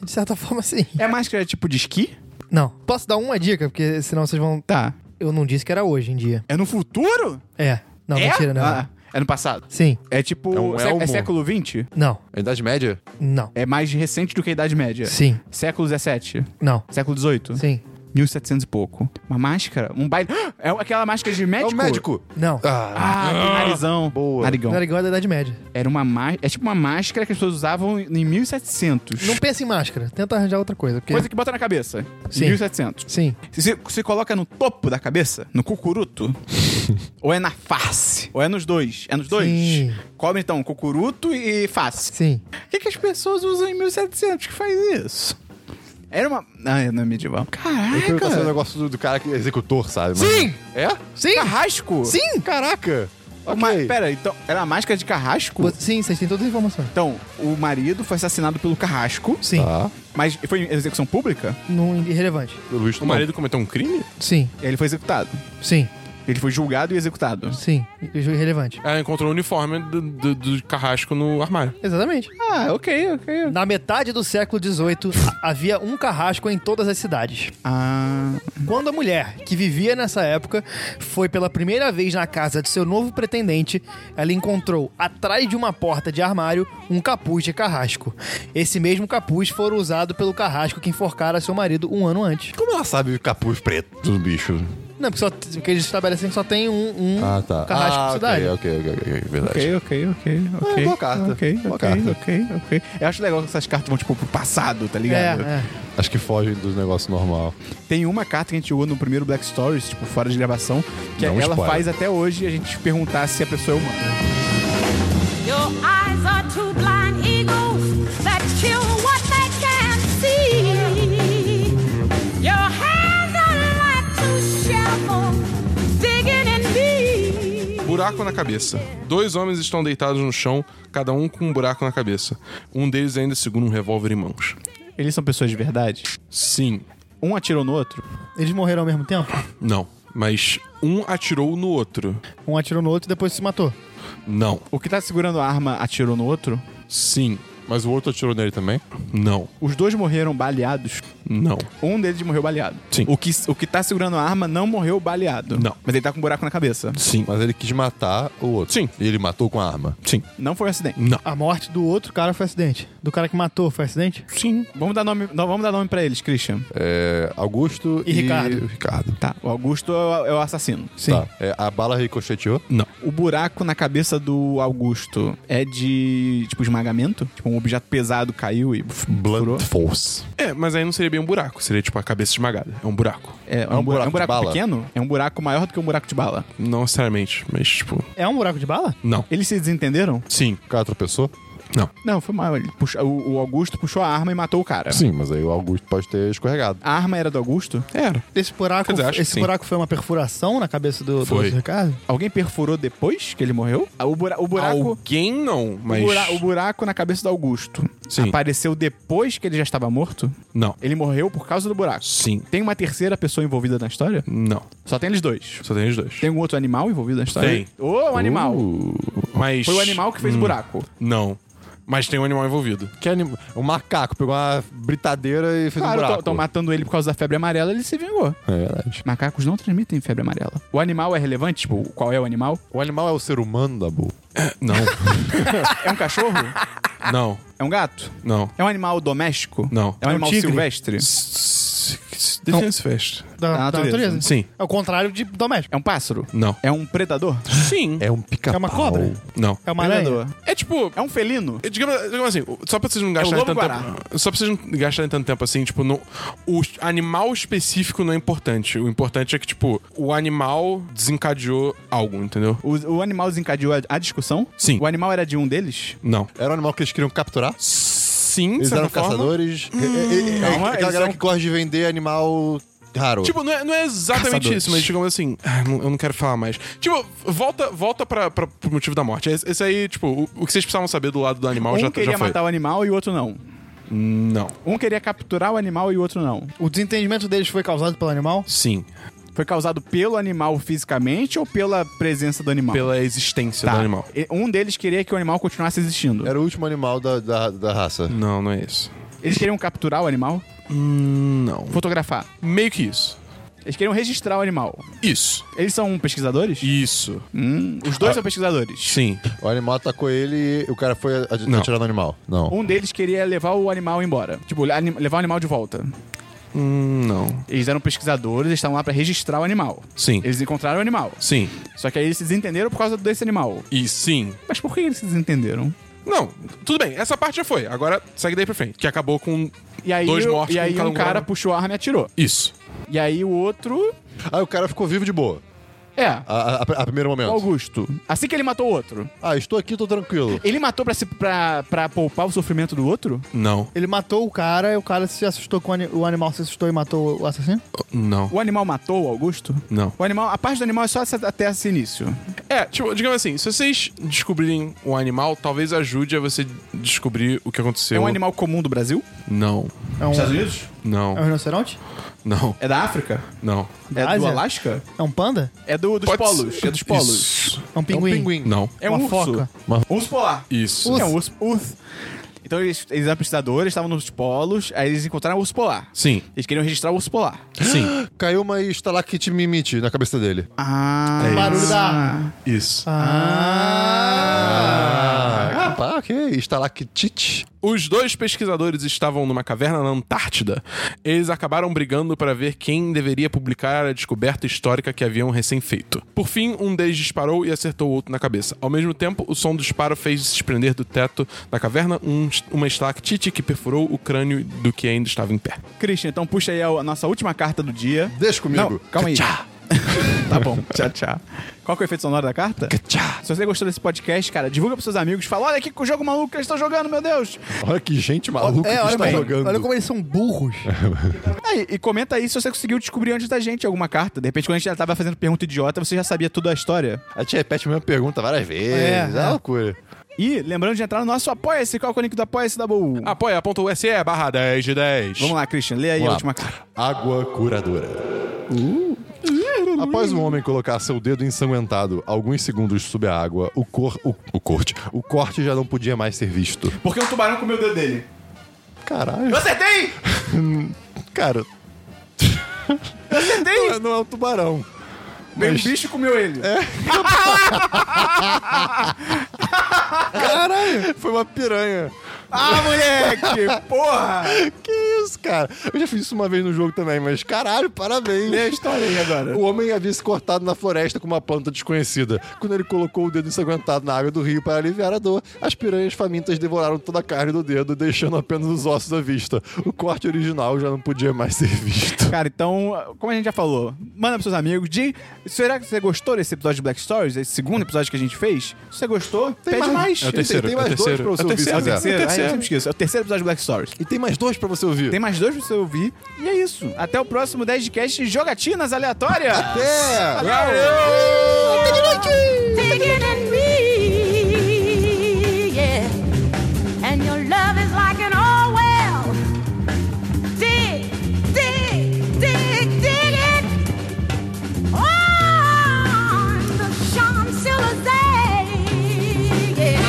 Speaker 5: De certa forma, sim.
Speaker 1: É máscara tipo de esqui?
Speaker 5: Não. Posso dar uma dica? Porque senão vocês vão.
Speaker 1: Tá.
Speaker 5: Eu não disse que era hoje em dia.
Speaker 1: É no futuro?
Speaker 5: É. Não,
Speaker 1: é?
Speaker 5: mentira, não.
Speaker 1: Ah, É no passado.
Speaker 5: Sim.
Speaker 1: É tipo.
Speaker 4: É um
Speaker 1: sé-
Speaker 4: elmo.
Speaker 1: é século XX?
Speaker 5: Não.
Speaker 3: É Idade Média?
Speaker 5: Não.
Speaker 1: É mais recente do que a Idade Média.
Speaker 5: Sim.
Speaker 1: Século XVII?
Speaker 5: Não.
Speaker 1: Século XVIII?
Speaker 5: Sim.
Speaker 1: 1700 e pouco. Uma máscara? Um baile. É aquela máscara de médico?
Speaker 3: É o médico!
Speaker 5: Não.
Speaker 3: Ah,
Speaker 1: Ah, tem narizão.
Speaker 3: Boa.
Speaker 1: Narigão.
Speaker 5: Narigão é da Idade Média.
Speaker 1: Era uma máscara. É tipo uma máscara que as pessoas usavam em 1700.
Speaker 5: Não pensa em máscara. Tenta arranjar outra coisa. Porque...
Speaker 1: Coisa que bota na cabeça.
Speaker 5: Sim.
Speaker 1: 1700.
Speaker 5: Sim.
Speaker 1: Se você se coloca no topo da cabeça, no cucuruto, ou é na face, ou é nos dois. É nos dois.
Speaker 5: Sim.
Speaker 1: Cobre então cucuruto e face.
Speaker 5: Sim.
Speaker 1: O que, que as pessoas usam em 1700 que faz isso? Era uma. Ah, é, não é medieval.
Speaker 3: eu ia perguntar se é o
Speaker 1: Caraca!
Speaker 3: negócio do, do cara que é executor, sabe? Mas-
Speaker 5: Sim!
Speaker 3: É?
Speaker 5: Sim!
Speaker 1: Carrasco?
Speaker 5: Sim!
Speaker 3: Caraca!
Speaker 1: Uma,
Speaker 3: Ok.
Speaker 1: Pera, então. Era a máscara de carrasco?
Speaker 5: Vo- Sim, vocês têm todas as informações.
Speaker 1: Então, o marido foi assassinado pelo carrasco,
Speaker 5: Sim.
Speaker 3: Tá.
Speaker 1: mas foi em execução pública
Speaker 5: Não, irrelevante.
Speaker 3: O Luiz
Speaker 4: O marido cometeu um crime?
Speaker 5: Sim.
Speaker 1: e aí ele foi executado.
Speaker 5: Sim.
Speaker 1: Ele foi julgado e executado.
Speaker 5: Sim. Irrelevante.
Speaker 4: Ela encontrou o uniforme do, do- do carrasco no armário.
Speaker 5: Exatamente.
Speaker 1: Ah, ok, ok.
Speaker 5: Na metade do século XVIII, havia um carrasco em todas as cidades.
Speaker 1: Ah.
Speaker 5: Quando a mulher, que vivia nessa época, foi pela primeira vez na casa de seu novo pretendente, ela encontrou, atrás de uma porta de armário, um capuz de carrasco. Esse mesmo capuz foi usado pelo carrasco que enforcara seu marido um ano antes.
Speaker 3: Como ela sabe o capuz preto do bicho?
Speaker 5: Não, porque, só, porque eles estabelecem que só tem um, um
Speaker 3: Ah, tá.
Speaker 5: carrasco
Speaker 3: ah,
Speaker 5: por cidade.
Speaker 3: Ok, ok, ok, ok,
Speaker 1: Ok,
Speaker 3: verdade.
Speaker 1: ok, ok, ok.
Speaker 3: Ah, boa carta.
Speaker 1: Ok,
Speaker 3: Boa
Speaker 1: ok,
Speaker 3: carta.
Speaker 1: ok, ok. Eu acho legal que essas cartas vão, tipo, pro passado, tá ligado?
Speaker 5: É, é.
Speaker 3: Acho que fogem do negócio normal.
Speaker 1: Tem uma carta que a gente jogou no primeiro Black Stories, tipo, fora de gravação, que
Speaker 3: Não
Speaker 1: ela
Speaker 3: spoiler.
Speaker 1: faz até hoje a gente perguntar se a pessoa é humana.
Speaker 6: Your eyes are two blind eagles that kill what they can't see. Your hands are like two shovels digging in deep.
Speaker 4: Buraco na cabeça. Dois homens estão deitados no chão, cada um com um buraco na cabeça. Um deles ainda segura um revólver em mãos.
Speaker 1: Eles são pessoas de verdade?
Speaker 4: Sim,
Speaker 1: Um atirou no outro?
Speaker 5: Eles morreram ao mesmo tempo?
Speaker 4: não. Mas um atirou no outro.
Speaker 5: Um atirou no outro e depois se matou.
Speaker 4: Não.
Speaker 1: O que tá segurando a arma atirou no outro?
Speaker 4: Sim.
Speaker 3: Mas o outro atirou nele também?
Speaker 4: Não.
Speaker 1: Os dois morreram baleados.
Speaker 4: Não.
Speaker 1: Um deles morreu baleado.
Speaker 4: Sim.
Speaker 1: O que, o que tá segurando a arma não morreu baleado.
Speaker 4: Não.
Speaker 1: Mas ele tá com um buraco na cabeça.
Speaker 4: Sim.
Speaker 3: Mas ele quis matar o outro.
Speaker 4: Sim.
Speaker 3: E ele matou com a arma.
Speaker 4: Sim.
Speaker 1: Não foi um acidente.
Speaker 4: Não.
Speaker 5: A morte do outro cara foi acidente. Do cara que matou foi acidente?
Speaker 4: Sim.
Speaker 1: Vamos dar nome, não, vamos dar nome pra eles, Christian.
Speaker 3: É, Augusto
Speaker 5: E Ricardo.
Speaker 3: Ricardo.
Speaker 1: Tá, o Augusto é o, é o assassino.
Speaker 5: Sim.
Speaker 3: Tá. É, a bala ricocheteou?
Speaker 4: Não.
Speaker 1: O buraco na cabeça do Augusto é de, tipo, esmagamento? Tipo, um objeto pesado caiu e f- furou?
Speaker 3: Blunt force.
Speaker 4: É, mas aí não seria bem um buraco. Seria tipo a cabeça esmagada. É um buraco.
Speaker 1: É,
Speaker 3: um
Speaker 1: um bu- é
Speaker 3: buraco
Speaker 1: um
Speaker 3: de
Speaker 1: buraco
Speaker 3: bala?
Speaker 1: pequeno? É um buraco maior do que um buraco de bala.
Speaker 4: Não necessariamente, mas tipo.
Speaker 5: É um buraco de bala?
Speaker 4: Não.
Speaker 1: Eles se desentenderam?
Speaker 4: Sim.
Speaker 3: O cara tropeçou?
Speaker 1: Não, foi mal. Ele puxa- o, o Augusto puxou a arma e matou o cara.
Speaker 3: Sim, mas aí o Augusto pode ter escorregado.
Speaker 1: A arma era do Augusto?
Speaker 4: Era.
Speaker 5: Esse buraco,
Speaker 4: Quer dizer, acho que
Speaker 5: esse
Speaker 4: sim.
Speaker 5: buraco foi uma perfuração na cabeça do, do
Speaker 4: Foi.
Speaker 5: Ricardo?
Speaker 1: Alguém perfurou depois que ele morreu? Ah, O, bura- o buraco.
Speaker 4: Alguém não,
Speaker 1: O,
Speaker 4: mas.
Speaker 1: bura- o buraco na cabeça do Augusto
Speaker 4: Sim.
Speaker 1: apareceu depois que ele já estava morto?
Speaker 4: Não.
Speaker 1: Ele morreu por causa do buraco.
Speaker 4: Sim.
Speaker 1: Tem uma terceira pessoa envolvida na história?
Speaker 4: Não.
Speaker 1: Só tem eles dois.
Speaker 4: Só tem os dois.
Speaker 1: Tem um outro animal envolvido na história?
Speaker 4: Tem.
Speaker 1: Ô, um animal.
Speaker 4: Mas.
Speaker 1: Foi o animal que fez o buraco.
Speaker 4: Não. Mas tem um animal envolvido.
Speaker 3: Que anim... Um macaco pegou uma britadeira e fez um
Speaker 1: Claro,
Speaker 3: buraco.
Speaker 1: estão matando ele por causa da febre amarela, ele se vingou.
Speaker 3: É verdade.
Speaker 1: Macacos não transmitem febre amarela. O animal é relevante? Tipo, qual é o animal?
Speaker 3: O animal é o ser humano, Dabu?
Speaker 4: Não.
Speaker 1: É um cachorro?
Speaker 4: não.
Speaker 1: é um gato?
Speaker 4: Não.
Speaker 1: É um animal doméstico?
Speaker 4: Não.
Speaker 1: É um animal
Speaker 5: tigre?
Speaker 1: silvestre?
Speaker 4: Defense Fest.
Speaker 5: Da,
Speaker 1: Da
Speaker 5: da
Speaker 1: natureza.
Speaker 5: natureza.
Speaker 4: Sim.
Speaker 5: É o contrário de doméstico.
Speaker 1: É um pássaro?
Speaker 4: Não.
Speaker 1: É um predador?
Speaker 4: Sim.
Speaker 3: É um pica
Speaker 5: É uma cobra?
Speaker 4: Não.
Speaker 5: É uma aranha.
Speaker 4: É tipo.
Speaker 1: É um felino?
Speaker 4: É, Digamos, digamos assim, só pra vocês não gastarem
Speaker 1: lobo
Speaker 4: tanto
Speaker 1: É um guará.
Speaker 4: tempo. Só pra vocês não gastarem tanto tempo assim, tipo, não, o animal específico não é importante. O importante é que, tipo, o animal desencadeou algo, entendeu?
Speaker 1: O, o animal desencadeou a, a discussão?
Speaker 4: Sim.
Speaker 1: O animal era de um deles?
Speaker 4: Não.
Speaker 3: Era um animal que eles queriam capturar?
Speaker 4: Sim, de
Speaker 3: Eles
Speaker 4: certa
Speaker 3: eram
Speaker 4: forma.
Speaker 3: caçadores? É- é- é- é
Speaker 1: Calma,
Speaker 3: aquela
Speaker 1: eles
Speaker 3: galera
Speaker 1: são-
Speaker 3: que gosta de vender animal raro.
Speaker 4: Tipo, não é, não é exatamente
Speaker 1: Caçadores.
Speaker 4: isso, mas digamos assim, ah, não- eu não quero falar mais. Tipo, volta, volta pra, pra, pro motivo da morte. Esse, esse aí, tipo, o, o que vocês precisavam saber do lado do animal
Speaker 1: um
Speaker 4: já,
Speaker 1: queria
Speaker 4: já foi.
Speaker 1: matar o animal e o outro não.
Speaker 4: Não.
Speaker 1: Um queria capturar o animal e o outro não.
Speaker 5: O desentendimento deles foi causado pelo animal?
Speaker 4: Sim.
Speaker 1: Foi causado pelo animal fisicamente ou pela presença do animal?
Speaker 4: Pela existência
Speaker 1: Tá.
Speaker 4: do animal. É.
Speaker 1: E- Um deles queria que o animal continuasse existindo.
Speaker 3: Era o último animal da, da, da raça.
Speaker 4: Não, não é isso.
Speaker 1: Eles queriam capturar o animal,
Speaker 4: Hum, Não.
Speaker 1: fotografar.
Speaker 4: Meio que isso.
Speaker 1: Eles queriam registrar o animal.
Speaker 4: Isso.
Speaker 1: Eles são pesquisadores?
Speaker 4: Isso.
Speaker 1: Hum, os dois são pesquisadores.
Speaker 4: Sim.
Speaker 3: O animal atacou ele e o cara foi a- a-
Speaker 4: Não.
Speaker 3: atirar no animal. Não.
Speaker 1: Um deles queria levar o animal embora. Tipo, ani- levar o animal de volta.
Speaker 4: Hum, não.
Speaker 1: Eles eram pesquisadores, eles estavam lá pra registrar o animal.
Speaker 4: Sim.
Speaker 1: Eles encontraram o animal.
Speaker 4: Sim.
Speaker 1: Só que aí eles se desentenderam por causa desse animal.
Speaker 4: E sim.
Speaker 1: Mas por que eles se desentenderam?
Speaker 4: Não, tudo bem, essa parte já foi. Agora segue daí pra frente. Que acabou com
Speaker 1: E aí,
Speaker 4: dois
Speaker 1: o-
Speaker 4: mortos
Speaker 1: e
Speaker 4: com
Speaker 1: aí
Speaker 4: cada
Speaker 1: um cara
Speaker 4: grau.
Speaker 1: puxou a arma e atirou.
Speaker 4: Isso.
Speaker 1: E aí o outro.
Speaker 3: Aí o cara ficou vivo de boa.
Speaker 1: É,
Speaker 3: A, a- a primeiro
Speaker 1: o
Speaker 3: momento.
Speaker 1: Augusto. Assim que ele matou o outro,
Speaker 3: Ah, estou aqui, tô tranquilo.
Speaker 1: ele matou pra, se, pra, pra poupar o sofrimento do outro?
Speaker 4: Não.
Speaker 5: Ele matou o cara e o cara se assustou com o, ani- o animal, se assustou e matou o assassino?
Speaker 4: Não.
Speaker 1: O animal matou o Augusto?
Speaker 4: Não.
Speaker 1: O animal, a parte do animal é só essa- até esse início.
Speaker 4: É, tipo, digamos assim, se vocês descobrirem um animal, talvez ajude a você descobrir o que aconteceu.
Speaker 1: É um animal comum do Brasil?
Speaker 4: Não.
Speaker 5: É um,
Speaker 1: Unidos?
Speaker 4: Não.
Speaker 5: é um rinoceronte?
Speaker 4: Não.
Speaker 1: É da África?
Speaker 4: Não.
Speaker 1: É
Speaker 5: Da
Speaker 1: do
Speaker 5: Ásia?
Speaker 1: Alasca?
Speaker 5: É um panda?
Speaker 1: É do, dos
Speaker 4: Pode
Speaker 1: polos.
Speaker 4: ser-
Speaker 1: É dos polos.
Speaker 4: Isso.
Speaker 5: É um pinguim?
Speaker 4: Não.
Speaker 1: É
Speaker 5: Uma
Speaker 1: um urso.
Speaker 5: foca.
Speaker 1: Urso polar.
Speaker 4: Isso.
Speaker 1: É um urso. urso. Então eles, eles eram pesquisadores, estavam nos polos, aí eles encontraram o urso polar.
Speaker 4: Sim.
Speaker 1: Eles queriam registrar o urso polar.
Speaker 4: Sim.
Speaker 3: Caiu uma estalactite mimite na cabeça dele.
Speaker 1: Ah,
Speaker 4: É
Speaker 5: Barulho
Speaker 4: isso.
Speaker 5: da...
Speaker 4: Isso.
Speaker 3: Ah, pá, ok. Estalactite.
Speaker 4: Os dois pesquisadores estavam numa caverna na Antártida. Eles acabaram brigando para ver quem deveria publicar a descoberta histórica que haviam recém feito. Por fim, um deles disparou e acertou o outro na cabeça. Ao mesmo tempo, o som do disparo fez se desprender do teto da caverna um- uma estalactite que perfurou o crânio do que ainda estava em pé.
Speaker 1: Christian, então puxa aí a, a nossa última carta do dia.
Speaker 3: Deixa comigo.
Speaker 1: Não, calma aí. tá bom. Tchau, tchau. Qual que é o efeito sonoro da carta? Se você gostou desse podcast, cara, divulga pros seus amigos. Fala, olha aqui que jogo maluco que eles estão jogando, meu Deus.
Speaker 3: Olha que gente maluca
Speaker 5: É,
Speaker 3: que
Speaker 5: olha,
Speaker 3: está
Speaker 5: bem,
Speaker 3: jogando.
Speaker 5: olha como eles são burros.
Speaker 1: Aí, e comenta aí se você conseguiu descobrir antes da gente alguma carta. De repente, quando a gente já tava fazendo pergunta idiota, você já sabia toda a história.
Speaker 3: A gente repete a mesma pergunta várias vezes.
Speaker 5: É,
Speaker 3: É,
Speaker 5: é.
Speaker 3: uma loucura.
Speaker 1: E lembrando de entrar no nosso Apoia-se. Qual que é o link do Apoia-se da Boa?
Speaker 4: Apoia.se barra 10 de 10.
Speaker 1: Vamos lá, Christian, lê aí
Speaker 3: Vamos
Speaker 1: a
Speaker 3: lá.
Speaker 1: última carta.
Speaker 3: Água curadora.
Speaker 5: Uh.
Speaker 3: Após um homem colocar seu dedo ensanguentado alguns segundos sob a água, o, cor, o, o corte, o corte já não podia mais ser visto.
Speaker 1: Porque um tubarão comeu o dedo dele.
Speaker 3: Caralho,
Speaker 1: Eu acertei!
Speaker 3: cara,
Speaker 1: Acertei!
Speaker 3: não é- não é um tubarão.
Speaker 1: Veio um
Speaker 3: Mas-
Speaker 1: bicho e comeu ele.
Speaker 3: Caralho, foi uma piranha.
Speaker 1: Ah, moleque! Porra!
Speaker 3: Que isso, cara? Eu já fiz isso uma vez no jogo também, mas caralho, parabéns.
Speaker 1: Lê a história aí agora.
Speaker 3: O homem havia se cortado na floresta com uma planta desconhecida. Quando ele colocou o dedo ensanguentado na água do rio para aliviar a dor, as piranhas famintas devoraram toda a carne do dedo, deixando apenas os ossos à vista. O corte original já não podia mais ser visto.
Speaker 1: Cara, então, como a gente já falou, manda pros seus amigos. De... Será que você gostou desse episódio de Black Stories? Esse segundo episódio que a gente fez? Se você gostou, pede mais.
Speaker 4: É o terceiro,
Speaker 3: Tem,
Speaker 4: é o
Speaker 3: mais dois
Speaker 4: terceiro,
Speaker 3: pra você
Speaker 4: é o
Speaker 3: ouvir, se
Speaker 1: É
Speaker 4: terceiro,
Speaker 1: o
Speaker 3: quiser.
Speaker 1: terceiro, Ah, eu sempre esqueço. É o terceiro episódio de Black Stories.
Speaker 4: É.
Speaker 3: E tem mais dois pra você ouvir.
Speaker 1: Tem mais dois pra você ouvir. E é isso. Até o próximo 10 de cast Jogatinas Aleatórias.
Speaker 3: Até!
Speaker 6: Thinking and me, yeah. And your love is like an old well. Dig, dig, dig, dig it. On the Champs-Élysées, yeah.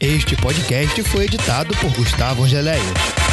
Speaker 5: Este podcast foi editado por Gustavo Angeléia.